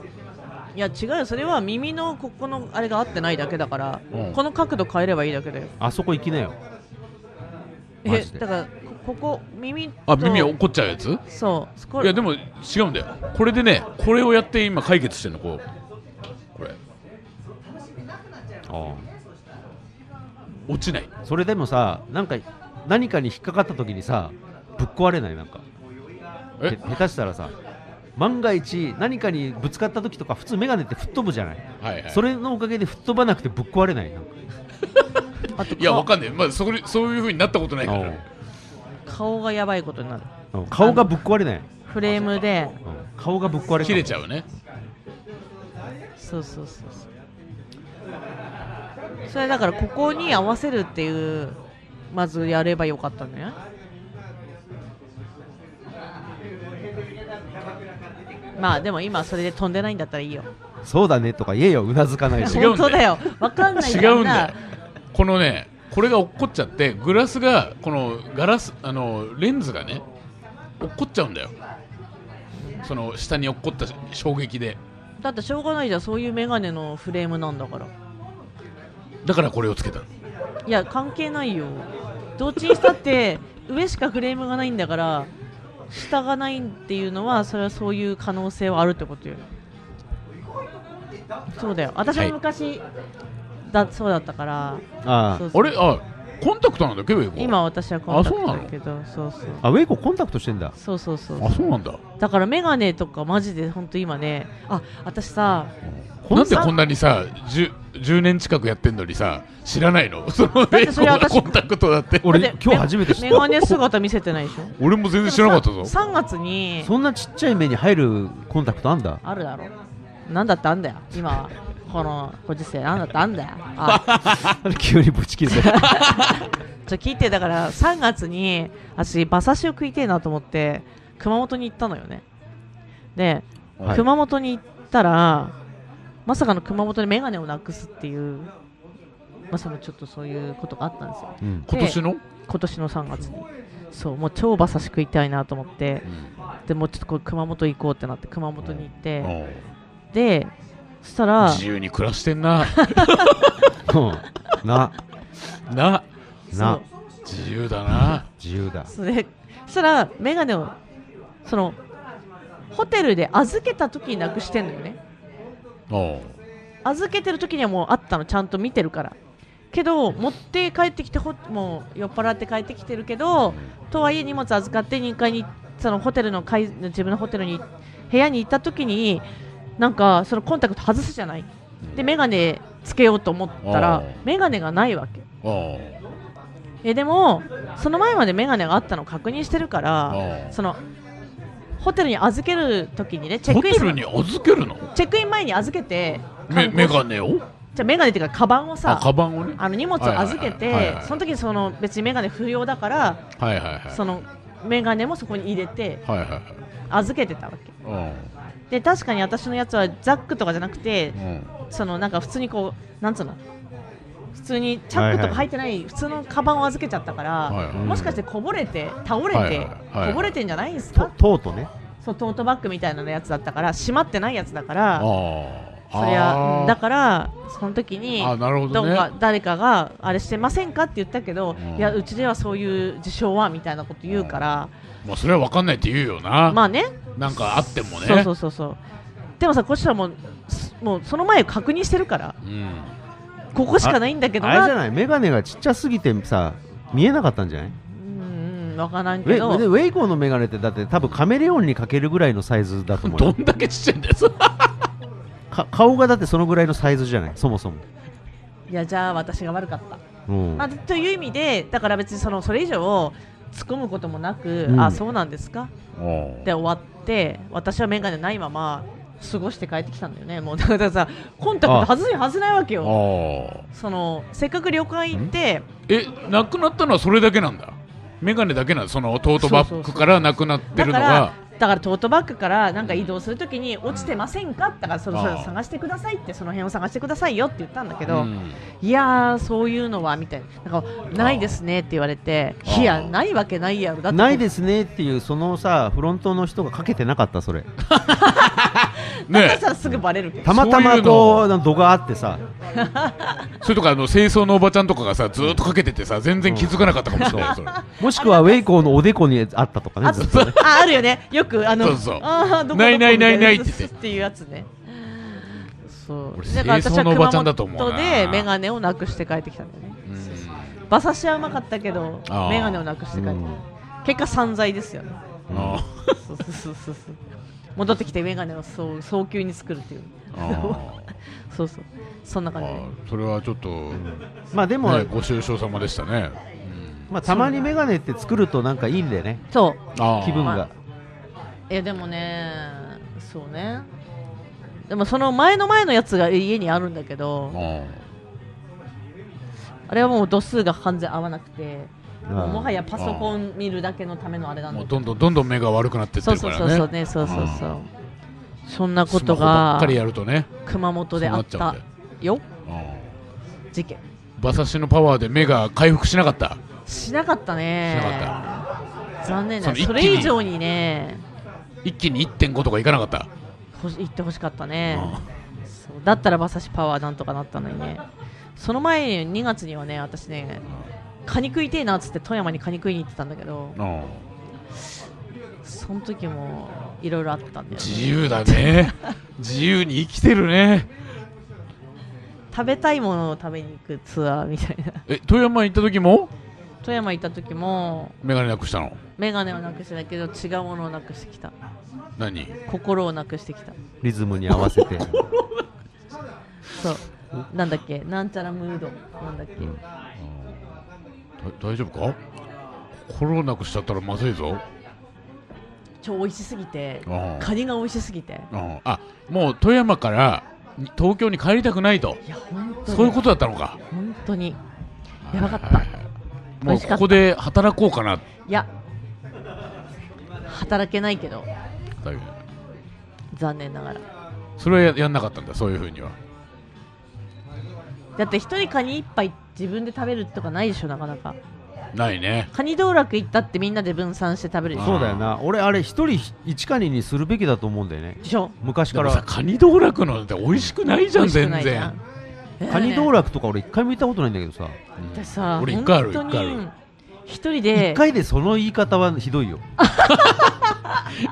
Speaker 1: いや違うよそれは耳のここのあれが合ってないだけだから、
Speaker 2: うん
Speaker 1: この角度変えればいいだけだよ
Speaker 3: んあそこ行きなよマ
Speaker 1: え
Speaker 3: ジで
Speaker 1: だからこここ耳と
Speaker 2: あ耳怒っちゃうやつ
Speaker 1: そうそこ
Speaker 2: いやでも違うんだよこれでねこれをやって今解決してんのこうこれ
Speaker 3: あ
Speaker 2: 落ちない
Speaker 3: あそれでもさなんか何かに引っかかった時にさぶっ壊れないなんかへ
Speaker 2: え
Speaker 3: 下手したらさ万が一何かにぶつかった時とか普通メガネって吹っ飛ぶじゃない
Speaker 2: はいはい
Speaker 3: それのおかげで吹っ飛ばなくてぶっ壊れないなんか
Speaker 1: あと
Speaker 2: いや
Speaker 1: 顔
Speaker 2: わかんないまあそこにそういうふうになったことないから
Speaker 1: 顔がやばいことになる
Speaker 3: うんうん顔がぶっ壊れない、
Speaker 1: フレームで
Speaker 3: うん顔がぶっ壊れない
Speaker 2: 切れちゃうね
Speaker 1: そうそうそうそうそれだからここに合わせるっていうまずやればよかったねまあでも今それで飛んでないんだったらいいよ
Speaker 3: そうだねとか言えようなずかない
Speaker 2: 違
Speaker 3: で
Speaker 2: う
Speaker 1: 本当だよわかんない
Speaker 2: 違
Speaker 1: から
Speaker 2: うんだよこのねこれが落っこっちゃってグラスがこのガラスあのレンズがね落っこっちゃうんだよその下に落っこった衝撃で
Speaker 1: だってしょうがないじゃんそういうメガネのフレームなんだから
Speaker 2: だからこれをつけたの
Speaker 1: いや関係ないよどっちにしたって上しかフレームがないんだから下がないっていうのはそれはそういう可能性はあるってことよそうだよ私
Speaker 2: はい
Speaker 1: も昔、だそうだったから
Speaker 3: あ
Speaker 1: そう
Speaker 2: あ
Speaker 1: そう
Speaker 2: れあコンタクトなんだっけウェイコ
Speaker 1: 今私はコンタクトだけどそうそう
Speaker 3: ああウェイココンタクトしてんだ
Speaker 1: そうそうそう
Speaker 2: あそうなんだ
Speaker 1: だからメガネとかマジで本当今ねあ私さ
Speaker 3: こん
Speaker 2: なんでこんなにさ 10, 10年近くやってんのにさ知らないのそのウ
Speaker 1: だっ
Speaker 2: ェ
Speaker 1: て
Speaker 2: イ
Speaker 1: そ
Speaker 2: コ
Speaker 1: れ
Speaker 2: が
Speaker 1: 私
Speaker 2: コンタクトだって
Speaker 3: 俺
Speaker 1: だって
Speaker 3: 今日初めて知った
Speaker 1: メガネ姿見せてないでしょ
Speaker 2: 俺も全然知らなかったぞ
Speaker 1: 3月に
Speaker 3: そんなちっちゃい目に入るコンタクトあんだ
Speaker 1: あるだろなんだってあんだよ今はこのご時世なんだってあんだよあ
Speaker 3: 急にぶち切れて
Speaker 1: ちょ聞いてだから3月に私馬刺しを食いてえなと思って熊本に行ったのよねで、
Speaker 3: は い
Speaker 1: 熊本に行ったらまさかの熊本で眼鏡をなくすっていうまさかのちょっとそういうことがあったんですよ
Speaker 3: うん
Speaker 2: 今年の、
Speaker 1: 今年の3月にそうもう超馬刺し食いたいなと思ってでもうちょっとこう熊本行こうってなって熊本に行って、
Speaker 2: うん
Speaker 1: でそしたら
Speaker 2: 自由に暮らして んな
Speaker 3: うんな
Speaker 2: な
Speaker 1: そう
Speaker 3: な
Speaker 2: 自由だな
Speaker 3: 自由だ
Speaker 1: それそしたら眼鏡をそのホテルで預けた時になくしてんのよね
Speaker 2: おう
Speaker 1: 預けてる時にはもうあったのちゃんと見てるからけど持って帰ってきてほもう酔っ払って帰ってきてるけどとはいえ荷物預かって2階にそのホテルの階自分のホテルに部屋に行った時になんかそのコンタクト外すじゃないで眼鏡つけようと思った
Speaker 2: あ
Speaker 1: ら
Speaker 2: ー
Speaker 1: 眼鏡がないわけ
Speaker 2: おう
Speaker 1: えでもその前まで眼鏡があったの確認してるから
Speaker 2: おう
Speaker 1: そのホテルに預けるときにねチェッ
Speaker 2: ホ
Speaker 1: ク
Speaker 2: テ
Speaker 1: インす
Speaker 2: ル
Speaker 1: る
Speaker 2: に預けるの
Speaker 1: チェックイン前に預けて
Speaker 2: め
Speaker 1: 観
Speaker 2: メ
Speaker 1: 光
Speaker 2: ガネを
Speaker 1: じゃあメガネっていうかカバンを
Speaker 2: あ
Speaker 1: さ
Speaker 2: カバンをね
Speaker 1: あの荷物を預け
Speaker 2: はいはいはいはい
Speaker 1: て
Speaker 2: はい
Speaker 1: その時にその別にメガネ不要だから
Speaker 2: はいはいはい
Speaker 1: そのメガネもそこに入れて
Speaker 2: はいはいはい
Speaker 1: 預けてたわけで確かに私のやつはザックとかじゃなくて
Speaker 2: うんうん
Speaker 1: そのなんか普通にこうなんつうの普通にチャックとか入ってない普通のカバンを預けちゃったから、
Speaker 2: はいはい
Speaker 1: もしかしてこぼれて倒れて、
Speaker 2: はいはいはい
Speaker 1: こぼれてんじゃないです
Speaker 3: と
Speaker 1: か
Speaker 3: とうとうね
Speaker 1: そうトートバッグみたいなのやつだったから閉まってないやつだから
Speaker 2: ああ
Speaker 1: そりゃうんだ
Speaker 2: ら
Speaker 1: からその時に
Speaker 2: あなるほ
Speaker 1: ど
Speaker 2: ど
Speaker 1: ん
Speaker 2: ね
Speaker 1: か誰かがあれしてませんかって言ったけど、
Speaker 2: うん
Speaker 1: いやうちではそういう事象はみたいなこと言うから、
Speaker 2: まあそれは分かんないって言うよな、
Speaker 1: まあね
Speaker 2: なんかあってもね
Speaker 1: そうそうそうそうでもさこっちはもうすもうその前を確認してるから
Speaker 2: うん
Speaker 1: ここしかないんだけど
Speaker 3: あれじ
Speaker 1: な
Speaker 3: ゃないメガネがちっちゃすぎてさ見えなかったんじゃない
Speaker 1: うんうんわからん
Speaker 3: ウェ
Speaker 1: け
Speaker 3: イで
Speaker 1: ど
Speaker 3: ウェイコーのメガネってだって多分カメレオンにかけるぐらいのサイズだと思う
Speaker 2: ど
Speaker 3: よ
Speaker 2: んだけちっちゃいんだよそれ
Speaker 3: か顔がだってそのぐらいのサイズじゃないそもそも、
Speaker 1: いやじゃあ私が悪かった、
Speaker 3: うん
Speaker 1: まあ、という意味でだから別にそのそれ以上突っ込むこともなく、
Speaker 3: うん
Speaker 1: あそうなんですか
Speaker 2: うん
Speaker 1: で終わって私は眼鏡ないまま過ごして帰ってきたんだよねもうだからさコンタクト外せ外せないわけ
Speaker 2: あ
Speaker 1: よ
Speaker 2: ー
Speaker 1: そのせっかく旅館行って
Speaker 2: えなくなったのはそれだけなんだメガネだけなんだそのトートバッグからなくなって
Speaker 1: だ
Speaker 2: る
Speaker 1: か
Speaker 2: の
Speaker 1: ら
Speaker 2: が
Speaker 1: だからトートバッグからなんか移動するときに落ちてませんかだからそろそ
Speaker 2: あ
Speaker 1: ろ
Speaker 2: ー
Speaker 1: 探してくださいってその辺を探してくださいよって言ったんだけど、
Speaker 2: うん
Speaker 1: いやーそういうのはみたいななんかないですねって言われて
Speaker 2: あー
Speaker 1: いやないわけないやろだって
Speaker 3: ないですねっていうそのさフロントの人がかけてなかったそれ
Speaker 1: だった
Speaker 2: ね
Speaker 1: らさすぐバレるけど、
Speaker 3: たまた
Speaker 2: そうい
Speaker 3: ま
Speaker 2: うの
Speaker 3: こう度があってさ
Speaker 2: それとかあの清掃のおばちゃんとかがさずーっとかけててさ全然気づかなかったかもしれないよそれ
Speaker 3: もしくはウェイコーのおでこにあったとかね
Speaker 1: あ
Speaker 3: ずっとね
Speaker 1: ああるよねよくあの
Speaker 2: そうそう
Speaker 1: あーどこどこ
Speaker 2: ないないないないって
Speaker 1: みたなっていうやつねそう
Speaker 2: 俺
Speaker 1: だから私
Speaker 2: 清掃
Speaker 1: は
Speaker 2: のおばちゃんだと
Speaker 1: 熊
Speaker 2: 思うな
Speaker 1: 本で眼鏡をなくして帰ってきたんだよね
Speaker 2: うん
Speaker 1: 馬刺しはうまかったけど
Speaker 2: あー
Speaker 1: 眼鏡をなくして帰ってきた結果散財ですよね
Speaker 2: あー
Speaker 1: そうそうそうそうそう戻ってきて眼鏡をそう早急に作るっていう
Speaker 2: あ
Speaker 1: そうそうそんな
Speaker 2: ーあ
Speaker 1: 感じで
Speaker 2: ーそれはちょっと、
Speaker 3: まあでも、
Speaker 2: ね、ご愁傷様でしたね、
Speaker 3: まあ、たまにメガネって作るとなんかいいんだよね
Speaker 1: そう
Speaker 2: あー
Speaker 3: 気分
Speaker 1: ま
Speaker 3: が
Speaker 1: あいやでもねそうねでもその前の前のやつが家にあるんだけど
Speaker 2: あ
Speaker 1: あれはもう度数が完全合わなくて、もうもは
Speaker 3: や
Speaker 1: やパソコン見るだけのためのあれな
Speaker 2: ー
Speaker 1: ん
Speaker 2: も
Speaker 1: だ
Speaker 2: う
Speaker 1: けど
Speaker 2: どんどんどんどん目が悪くなってって
Speaker 1: そう
Speaker 2: るか
Speaker 1: そう
Speaker 2: らね
Speaker 1: そうそうね、そうそうそう、
Speaker 2: うん
Speaker 1: そんなこ
Speaker 2: スマ
Speaker 1: と
Speaker 2: ホばっ
Speaker 1: が
Speaker 2: かりやるとね
Speaker 1: 熊本であっ
Speaker 2: そうなっち
Speaker 1: た
Speaker 2: ゃ
Speaker 1: よ、
Speaker 2: あ
Speaker 1: 事件。
Speaker 2: ー馬刺しのパワーで目が回復しなかった
Speaker 1: しなかったね、
Speaker 2: しな
Speaker 1: 残念だよ
Speaker 2: その一気に
Speaker 1: それ以上にね、
Speaker 2: 一気に1.5とかいかなかった、
Speaker 1: ほし行ってほしかったね、
Speaker 2: あ
Speaker 1: そうだったら馬刺しパワーなんとかなったのにね、その前に2月にはね、私ね、カニ食いてえなっつって富山にカニ食いに行ってたんだけど
Speaker 2: ー、あ
Speaker 1: その時もいろいろあったんだよね、
Speaker 2: ー自由 だね自由に生きてるね
Speaker 1: 食べたいものを食べに行くツアーみたい な
Speaker 2: え富山行った時も
Speaker 1: 富山行った時も
Speaker 2: 眼鏡なくしたの
Speaker 1: 眼鏡をなくしてたけど違うものをなくしてきた
Speaker 2: 何
Speaker 1: 心をなくしてきた
Speaker 3: リズムに合わ せて
Speaker 1: そうなんだっけなんちゃらムードなんだっけ
Speaker 2: だ大丈夫か心をなくしちゃったらまずいぞ
Speaker 1: 超美味しすぎて
Speaker 2: あー
Speaker 1: カニが美味しすぎて
Speaker 2: うんあもう富山からに東京に帰りたくないと
Speaker 1: いや本当に
Speaker 2: そういうことだったのか
Speaker 1: 本当にやばかった
Speaker 2: はいはいはいもうここで働こうかない
Speaker 1: や働けないけど残念ながら
Speaker 2: それはややんなかったんだそういうふうには
Speaker 1: だって一人カニ一杯自分で食べるとかないでしょなかなか
Speaker 2: ないね
Speaker 1: カニ道楽行ったってみんなで分散して食べるでしょ
Speaker 3: そうだよな俺あれ一人一カニにするべきだと思うんだよね
Speaker 1: でしょ
Speaker 3: 昔
Speaker 2: だか
Speaker 3: か
Speaker 2: らさ
Speaker 3: ら
Speaker 2: カニ道楽のって美味しくないじゃん全然
Speaker 3: カニ道
Speaker 1: 楽
Speaker 3: 楽とか俺一回も行ったことないんだけどさ
Speaker 1: 私さ
Speaker 2: 俺一回ある
Speaker 1: 本当
Speaker 2: 一回ある
Speaker 1: に一人
Speaker 3: 一
Speaker 1: で
Speaker 3: 回でその言い方はひどいよ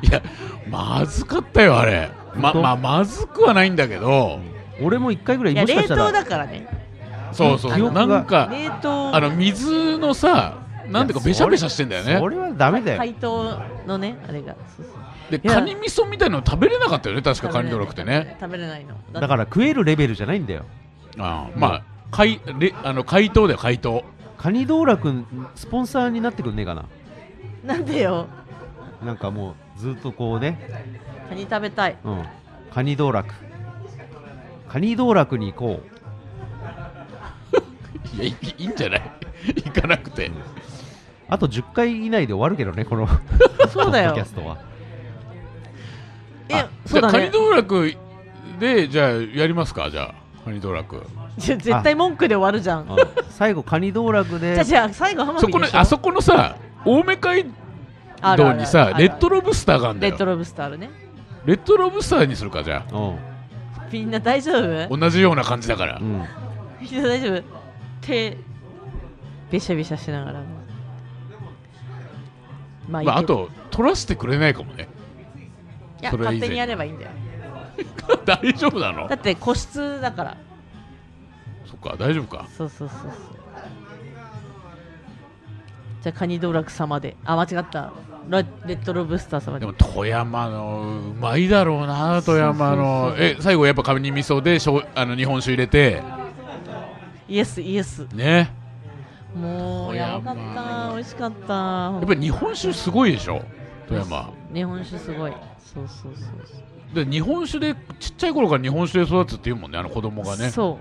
Speaker 2: いやまずかったよあれま
Speaker 3: 本当
Speaker 2: まあまずくはないんだけど
Speaker 3: 俺も一回ぐらい
Speaker 1: いや
Speaker 3: もしか
Speaker 1: 冷
Speaker 3: したら
Speaker 1: 凍だからね
Speaker 2: そうそう
Speaker 3: 記
Speaker 2: そう
Speaker 3: 憶が
Speaker 2: なんか
Speaker 1: 冷凍
Speaker 2: あの水のさなんていうか
Speaker 3: いや
Speaker 2: べしゃべしゃしてんだよね
Speaker 3: 俺はダメだよ
Speaker 1: 解凍のねあれがそうそう
Speaker 2: で
Speaker 1: いや
Speaker 2: カニ味噌みたいなの食べれなかったよね確かカニ道楽ってね
Speaker 1: 食べれないのだ
Speaker 3: だから食えるレベルじゃないんだよ
Speaker 2: ああまあかいれあの解凍だよ解凍
Speaker 3: カニ道楽スポンサーになってくんねえかな
Speaker 1: なんでよ
Speaker 3: なんかもうずっとこうね、
Speaker 1: カニ食べたい
Speaker 3: うん、カニ道楽カニ道楽に行こう
Speaker 2: いやいいいいんじゃない行かなくて
Speaker 3: あと10回以内で終わるけどね、この
Speaker 1: そうだよ
Speaker 3: ポッドキャストは。
Speaker 1: え
Speaker 3: あ
Speaker 2: じ
Speaker 1: そう
Speaker 2: ゃ
Speaker 1: だ
Speaker 2: あカニ
Speaker 1: ね
Speaker 2: 道楽でじゃあやりますかじゃあカニ道楽
Speaker 1: じゃ絶対文句で終わるじゃん
Speaker 3: あ最後、カニ道楽で
Speaker 1: じゃあじゃあ最後浜
Speaker 2: そ
Speaker 1: 辺
Speaker 2: この
Speaker 1: でしょ
Speaker 2: あそこのさ青梅街
Speaker 1: あるあ
Speaker 2: 道
Speaker 1: る
Speaker 2: にさ
Speaker 1: あるある
Speaker 2: レッドロブスターがあるんだ
Speaker 1: レッ
Speaker 2: よ
Speaker 1: ドロブスターあるね
Speaker 2: レッドロブスターにするかじゃ
Speaker 3: うん
Speaker 1: みんな大丈夫
Speaker 2: あ同じような感じだから
Speaker 3: うん、
Speaker 1: みんな大丈夫手べしゃべしゃしながらまあいいけど
Speaker 2: まああと取らせてくれないかもね
Speaker 1: いや
Speaker 2: それ以前
Speaker 1: 勝手にやればいいんだよ
Speaker 2: 大丈夫なの
Speaker 1: だって個室だから
Speaker 2: そっか大丈夫か
Speaker 1: そうそうそうそうじゃあカニ道楽様であ間違ったレレッドロブスター様
Speaker 2: で
Speaker 1: で
Speaker 2: も富山のうまいだろうな富山 の
Speaker 1: そうそうそう
Speaker 2: え最後やっぱカニ味噌でしょうあの日本酒入れて
Speaker 1: イエスイエス
Speaker 2: ね
Speaker 1: もう
Speaker 2: 富
Speaker 1: や
Speaker 2: 山
Speaker 1: ばかった美味しかった
Speaker 2: やっぱり日本酒すごいでしょ富山
Speaker 1: 日本酒すごいそうそうそうそう
Speaker 2: で日本酒でちっちゃい頃から日本酒で育つっていうもんねあの子供がね
Speaker 1: そ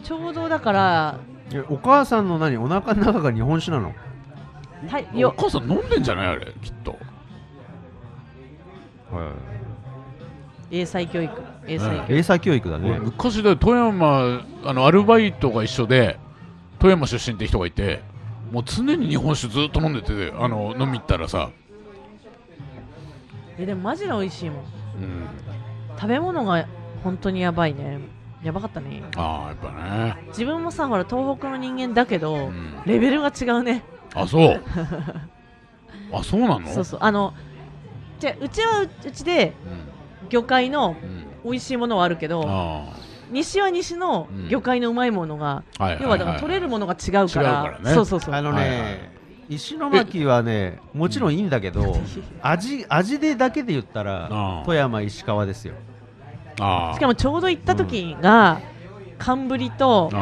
Speaker 1: うちょうどだから
Speaker 3: えお母さんの何お腹の中が日本酒なの
Speaker 1: た
Speaker 2: お
Speaker 1: よ
Speaker 2: 母さん飲んでんじゃないあれきっと
Speaker 1: 英才教育英才教育、
Speaker 3: 英才教育だ
Speaker 2: 俺
Speaker 3: ね、
Speaker 2: 昔だ富山あのアルバイトが一緒で富山出身って人がいてもう常に日本酒ずっと飲んでてあの飲み行ったらさ、
Speaker 1: えでもマジで美味しいもん
Speaker 2: うん、
Speaker 1: 食べ物が本当にやばいねやばかったね
Speaker 2: ああやっぱね、
Speaker 1: 自分もさほら東北の人間だけど、
Speaker 2: うん、
Speaker 1: レベルが違うね
Speaker 2: あそう あそうなの
Speaker 1: そうそうあのじゃあうちはううちで
Speaker 2: う
Speaker 1: 魚介の
Speaker 2: んうん
Speaker 1: 美味しいものはあるけど
Speaker 2: あ
Speaker 1: 西は西の
Speaker 2: うん
Speaker 1: 魚介のうまいものが、
Speaker 2: あはいはい
Speaker 1: 要はだから取れるものが違うから
Speaker 2: 違うからね
Speaker 1: そうそうそう
Speaker 3: あのね、
Speaker 2: はいはい
Speaker 3: 石巻はねもちろんいいんだけど、味味でだけで言った
Speaker 2: あ
Speaker 3: ら
Speaker 2: ー
Speaker 3: 富山石川ですよ
Speaker 2: あ
Speaker 1: し
Speaker 2: ー
Speaker 1: かもちょうど行った時が、寒ぶりと
Speaker 2: あ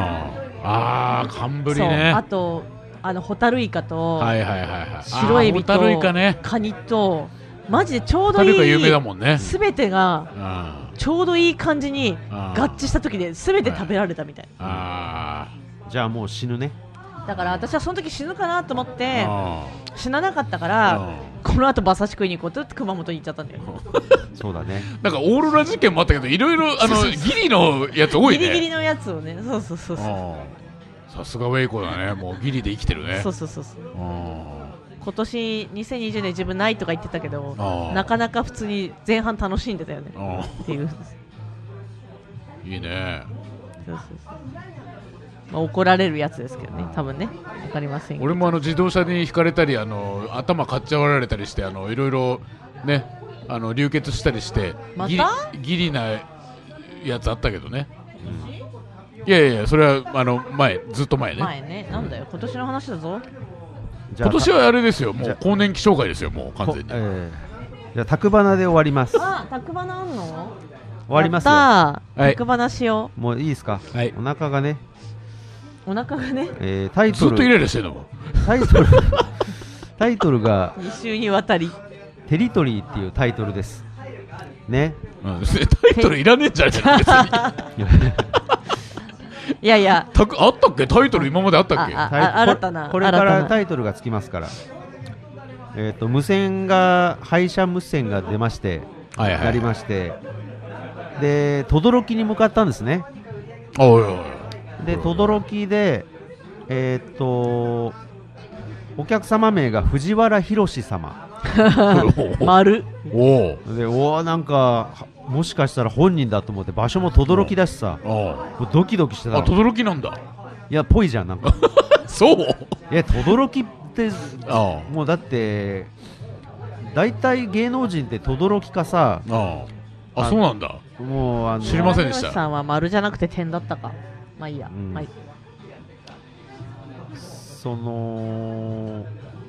Speaker 2: ーあー寒ぶり
Speaker 1: そう
Speaker 2: ね
Speaker 1: あとあのホタルイカと、
Speaker 2: はいはいはいはい
Speaker 1: 白エビと
Speaker 2: あーホタルイカね
Speaker 1: カニとマジでちょう
Speaker 2: ホ
Speaker 1: ど
Speaker 2: タルイカ
Speaker 1: い
Speaker 2: 有名だ
Speaker 1: い
Speaker 2: もんね
Speaker 1: すべてが
Speaker 2: あ
Speaker 1: ちょうどいい感じに
Speaker 2: あ
Speaker 1: 合致した時ですべて食べられたみたい
Speaker 2: あ
Speaker 3: じゃあもう死ぬね
Speaker 1: だから私はその時死ぬかなと思っ
Speaker 2: ー
Speaker 1: て
Speaker 2: あ
Speaker 1: 死ななかったか
Speaker 2: ー
Speaker 1: ら
Speaker 2: うん
Speaker 1: この後馬刺し食いに行こうと熊本に行っちゃったんだよ
Speaker 3: そうだね
Speaker 2: なんかオーロラ事件もあったけどいろいろあのギリのやつ多い
Speaker 1: ギ
Speaker 2: ね
Speaker 1: リギリのやつをねそうそうそうそう
Speaker 2: うんさすがウェイコだねもうギリで生きてるね
Speaker 1: そうそうそうそう
Speaker 2: うん
Speaker 1: 今年2020年自分ないとか言ってたけど
Speaker 2: あー
Speaker 1: なかなか普通に前半楽しんでたよね
Speaker 2: うん
Speaker 1: っていう
Speaker 2: いいね
Speaker 1: そうそうそうまあ、怒られるやつですけどね、多分ね、わかりませんけど。
Speaker 2: 俺もあの自動車にひかれたりあの頭かっちゃわられたりしてあのいろいろねあの流血したりして
Speaker 1: ま
Speaker 2: ギリ
Speaker 1: た
Speaker 2: ギリなやつあったけどね、いやいやそれはあの前ずっと前ね
Speaker 1: 前ね、なんだよ、今年の話だ ぞ。
Speaker 3: じゃあ
Speaker 2: 今年はあれですよも
Speaker 3: じゃ
Speaker 2: う
Speaker 3: あ
Speaker 2: 更年期障害ですよもう完全に、
Speaker 3: こえーじゃあ宅花で終わります終
Speaker 1: あ、宅花あんの。
Speaker 3: わりますよ
Speaker 1: やったー
Speaker 2: はい
Speaker 1: 宅花しよ
Speaker 3: もういいですか、
Speaker 2: はい
Speaker 3: お腹がね、
Speaker 1: う。お腹がね、
Speaker 3: えータイ
Speaker 2: ず
Speaker 3: ト
Speaker 2: っとイラ
Speaker 3: ル
Speaker 2: イラしてるのも
Speaker 3: タイトル タイトルが
Speaker 1: 二週にわたり。
Speaker 3: 「テリトリー」っていうタイトルですね
Speaker 2: うん、タイトルいらねえんじゃ ねえか別に
Speaker 1: いやいや、
Speaker 2: たくあったっけタイトル今まであったっ け
Speaker 1: ああ
Speaker 3: タイ
Speaker 1: 新たな
Speaker 3: これこれか
Speaker 1: 新た
Speaker 3: ら
Speaker 1: な
Speaker 3: タイトルがつきますから、えー、と無線が廃車無線が出まして
Speaker 2: はいはい
Speaker 3: やりましてで轟に向かったんですね
Speaker 2: おいおいおい
Speaker 3: で轟でえっ、とお客様名が藤原宏様
Speaker 1: 丸。
Speaker 2: おお
Speaker 3: でおおなんかはもしかしたら本人だと思って場所も轟だしさ
Speaker 2: お
Speaker 3: もうドキドキしてた
Speaker 2: あ
Speaker 3: のい
Speaker 2: 轟なんだ
Speaker 3: やぽいじゃんなんか
Speaker 2: そう
Speaker 3: いや轟って
Speaker 2: あ
Speaker 3: もうだって大体芸能人って轟かさ
Speaker 2: ああ
Speaker 3: あ
Speaker 2: そうなんだ
Speaker 3: もうあの
Speaker 2: 知りませんでした
Speaker 1: 丸さんは丸じゃなくて点だったか。まあいいや、
Speaker 3: うん
Speaker 1: まあいい。
Speaker 3: その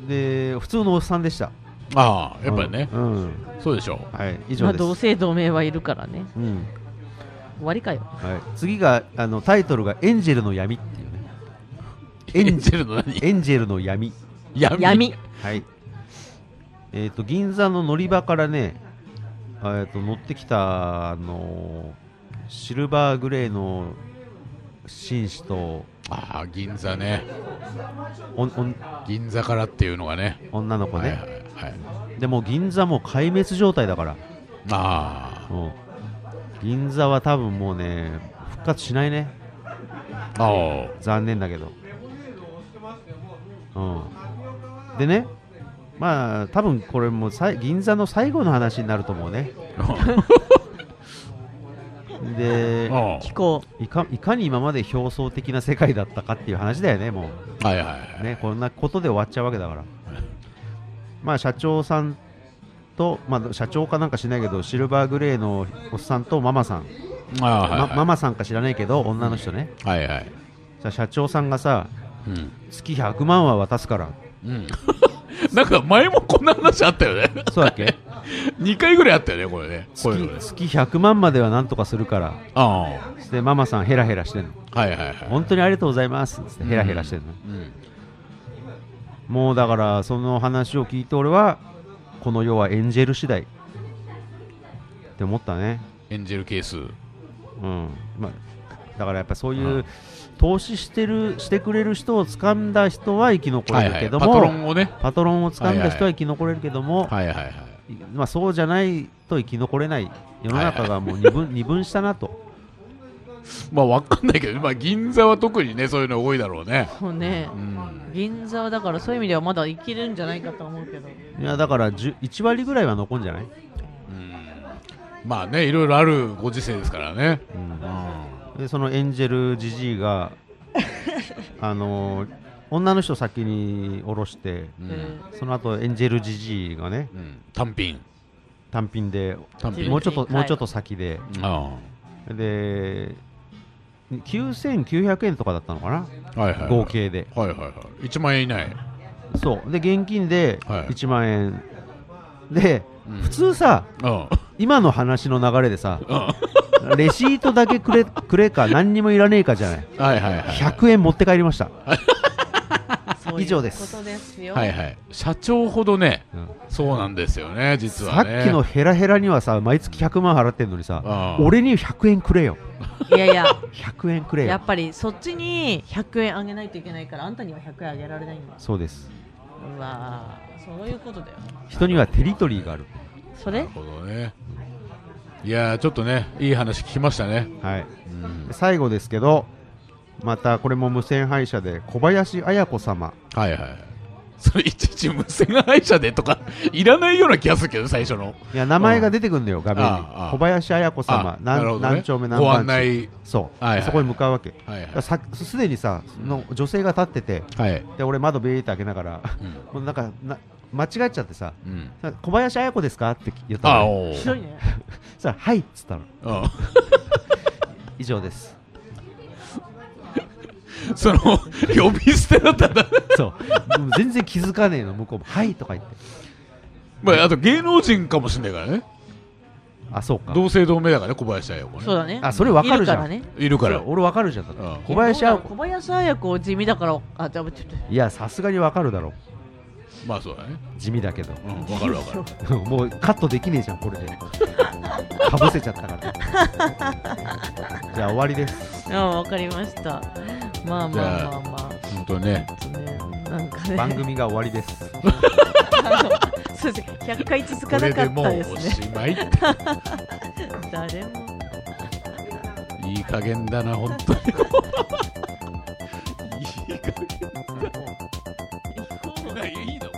Speaker 3: で普通のおっさんでした
Speaker 2: ああやっぱりね、
Speaker 3: うん、うん
Speaker 2: そうでしょ
Speaker 3: はい以
Speaker 1: ま
Speaker 3: 上
Speaker 1: あ、
Speaker 3: です、
Speaker 1: 同姓同名はいるからね。
Speaker 3: うん
Speaker 1: 終わりかよ。
Speaker 3: はい、次があのタイトルが「エンジェルの闇」っていうね
Speaker 2: エンジェルの何
Speaker 3: エンジェルの闇
Speaker 2: 闇
Speaker 1: 闇。
Speaker 3: はいえっ、と銀座の乗り場からねえーと乗ってきたあのシルバーグレーの紳士と
Speaker 2: ああ銀座ね
Speaker 3: おんおん
Speaker 2: 銀座からっていうのがね
Speaker 3: 女の子
Speaker 2: はいはい
Speaker 3: ね、
Speaker 2: はい
Speaker 3: でも銀座もう壊滅状態だから、
Speaker 2: あ
Speaker 3: うん銀座は多分もうね、復活しないね、
Speaker 2: あ あ
Speaker 3: 残念だけど。うん、でね、まあ多分これもうさい銀座の最後の話になると思うね。で
Speaker 2: ああ
Speaker 1: 聞こ
Speaker 3: いかいかに今まで表層的な世界だったかっていう話だよね、も
Speaker 2: はいはいは
Speaker 3: う、
Speaker 2: い
Speaker 3: ね、こんなことで終わっちゃうわけだから、まあ、社長さんと、まあ、社長かなんかしないけど、シルバーグレーのおっさんとママさん、
Speaker 2: ああはい
Speaker 3: ま
Speaker 2: はい
Speaker 3: ママさんか知らないけど、女の人ね、
Speaker 2: はいはい
Speaker 3: じゃあ社長さんがさ、
Speaker 2: うん
Speaker 3: 月100万は渡すから、
Speaker 2: うん、 なんか前もこんな話あったよね
Speaker 3: そうだっけ
Speaker 2: 2回ぐらいあったよねこれねこういうのね
Speaker 3: 月月100万まではなんとかするから、
Speaker 2: あ
Speaker 3: でママさん、ヘラヘラしてんの、
Speaker 2: あはいはいはい
Speaker 3: 本当にありがとうございますっつって、ヘラヘラしてんの。
Speaker 2: うん
Speaker 3: もうだからその話を聞いて俺はこの世はエンジェル次第って思ったね、
Speaker 2: エンジェルケース
Speaker 3: うんまあ、だからやっぱそういう、
Speaker 2: うん
Speaker 3: 投資してるしてくれる人を掴んだ人は生き残
Speaker 2: は
Speaker 3: れ
Speaker 2: い
Speaker 3: る
Speaker 2: は
Speaker 3: け
Speaker 2: い
Speaker 3: ど
Speaker 2: パ
Speaker 3: も、
Speaker 2: トロンをね
Speaker 3: パトロンを掴んだ人は生き残れるけども、
Speaker 2: はいはいはい
Speaker 3: まあ、そうじゃないと生き残れない世の中がもう二分,、二分したなと、
Speaker 2: まあわかんないけど、まあ、銀座は特にねそういうの多いだろうね
Speaker 1: う。そうね
Speaker 2: う。ん
Speaker 1: 銀座はだからそういう意味ではまだ生きるんじゃないかと思うけど。
Speaker 3: いやだから10 1割ぐらいは残るんじゃない、
Speaker 2: うんまあねいろいろあるご時世ですからね
Speaker 3: うん
Speaker 2: うん
Speaker 3: でそのエンジェルじじ いがあの女の人先に降ろして
Speaker 2: う
Speaker 1: うんん
Speaker 3: その後エンジェルじじいがね
Speaker 2: うん単品
Speaker 3: 単品で
Speaker 2: 単
Speaker 1: 自分
Speaker 2: 品
Speaker 3: もうちょっと
Speaker 1: はい
Speaker 3: もうちょっと先で
Speaker 2: あ
Speaker 3: で9900円とかだったのかな
Speaker 2: あはいはいはい
Speaker 3: 合計で
Speaker 2: はいはいはい1万円以内
Speaker 3: そうで現金で
Speaker 2: はい
Speaker 3: 1万円で
Speaker 2: うん
Speaker 3: 普通さ
Speaker 2: うん
Speaker 3: 今の話の流れ でさ
Speaker 2: うんは
Speaker 3: レシートだけくれくれか何にもいらねえかじゃない
Speaker 2: いはいはい
Speaker 3: 100円持って帰りました
Speaker 1: そういう
Speaker 3: 以上です
Speaker 1: ことですよ。
Speaker 2: はいはい社長ほどね
Speaker 3: うん
Speaker 2: そうなんですよね実
Speaker 3: さ
Speaker 2: は
Speaker 3: っ
Speaker 2: ね
Speaker 3: きのヘラヘラにはさ毎月100万払ってんのにさ
Speaker 2: うん
Speaker 3: 俺に100円くれよ
Speaker 1: いやい や、
Speaker 3: 100円くれ
Speaker 1: や
Speaker 3: よ
Speaker 1: っぱりそっちに100円あげないといけないから、あんたには100円あげられないんだ。
Speaker 3: そうです
Speaker 1: うわーそういうことだよ。
Speaker 3: 人にはテリトリーがある
Speaker 1: そ
Speaker 2: な
Speaker 1: れ
Speaker 2: るほどねいやーちょっとねいい話聞きましたね
Speaker 3: はい
Speaker 2: うん
Speaker 3: 最後ですけどまたこれも無線配車で小林綾子様
Speaker 2: はいはいそれいちいち無線配車でとかいらないような気がするけど最初の
Speaker 3: いや名前が出てくるんだよ画面に
Speaker 2: ああ
Speaker 3: 小林綾子様
Speaker 2: あなる
Speaker 3: 何
Speaker 2: ほどね
Speaker 3: 何丁目何
Speaker 2: ご
Speaker 3: 番
Speaker 2: 案
Speaker 3: 地
Speaker 2: 内
Speaker 3: そう、
Speaker 2: はいはい
Speaker 3: そこに向かうわけ
Speaker 2: はいはい
Speaker 3: さすでにさその女性が立ってて
Speaker 2: はい
Speaker 3: で俺窓ビーって開けながら
Speaker 2: うん
Speaker 3: もうなんかな間違えちゃってさ
Speaker 2: うん
Speaker 3: 小林綾子ですかって言った
Speaker 2: あ
Speaker 3: のね
Speaker 2: おー
Speaker 1: ひどいね。
Speaker 3: そしたらはいっつったの
Speaker 2: うん
Speaker 3: 以上です
Speaker 2: その 呼び捨てだったんだ
Speaker 3: そうもう全然気づかねえの向こうも「はい」とか言って
Speaker 2: まああと芸能人かもしれないからね
Speaker 3: あそうか
Speaker 2: 同姓同名だからね小林彩子
Speaker 1: そう
Speaker 2: ね
Speaker 1: だね。
Speaker 3: あそれわかるじゃん
Speaker 1: いからね。
Speaker 2: いる
Speaker 3: そ
Speaker 2: か
Speaker 3: れ
Speaker 2: ら
Speaker 3: 俺わかるじゃんだって
Speaker 2: うん
Speaker 3: 小林綾
Speaker 1: 小
Speaker 3: 子
Speaker 1: 林綾子地味だから、あ、じゃあちょっと。
Speaker 3: いやさすがにわかるだろ
Speaker 2: まあそうだね
Speaker 3: 地味だけど
Speaker 2: うんわかるわかる
Speaker 3: もうカットできねえじゃんこれでかぶせちゃ ったからじゃあ終わりです
Speaker 1: あ、わかりました。まあまあ
Speaker 2: じゃあ
Speaker 1: まあまあ。
Speaker 2: 本当ね
Speaker 1: ねなんかね。
Speaker 3: 番組が終わりです
Speaker 1: そうですね。100回続
Speaker 2: こ
Speaker 1: かな
Speaker 2: れ
Speaker 1: か
Speaker 2: で
Speaker 1: っ
Speaker 2: も
Speaker 1: た
Speaker 2: う
Speaker 1: です
Speaker 2: お
Speaker 1: ね。
Speaker 2: しまいって
Speaker 1: 誰も。
Speaker 2: いい加減だな本当にいい加減
Speaker 1: 行こう
Speaker 2: いやいいの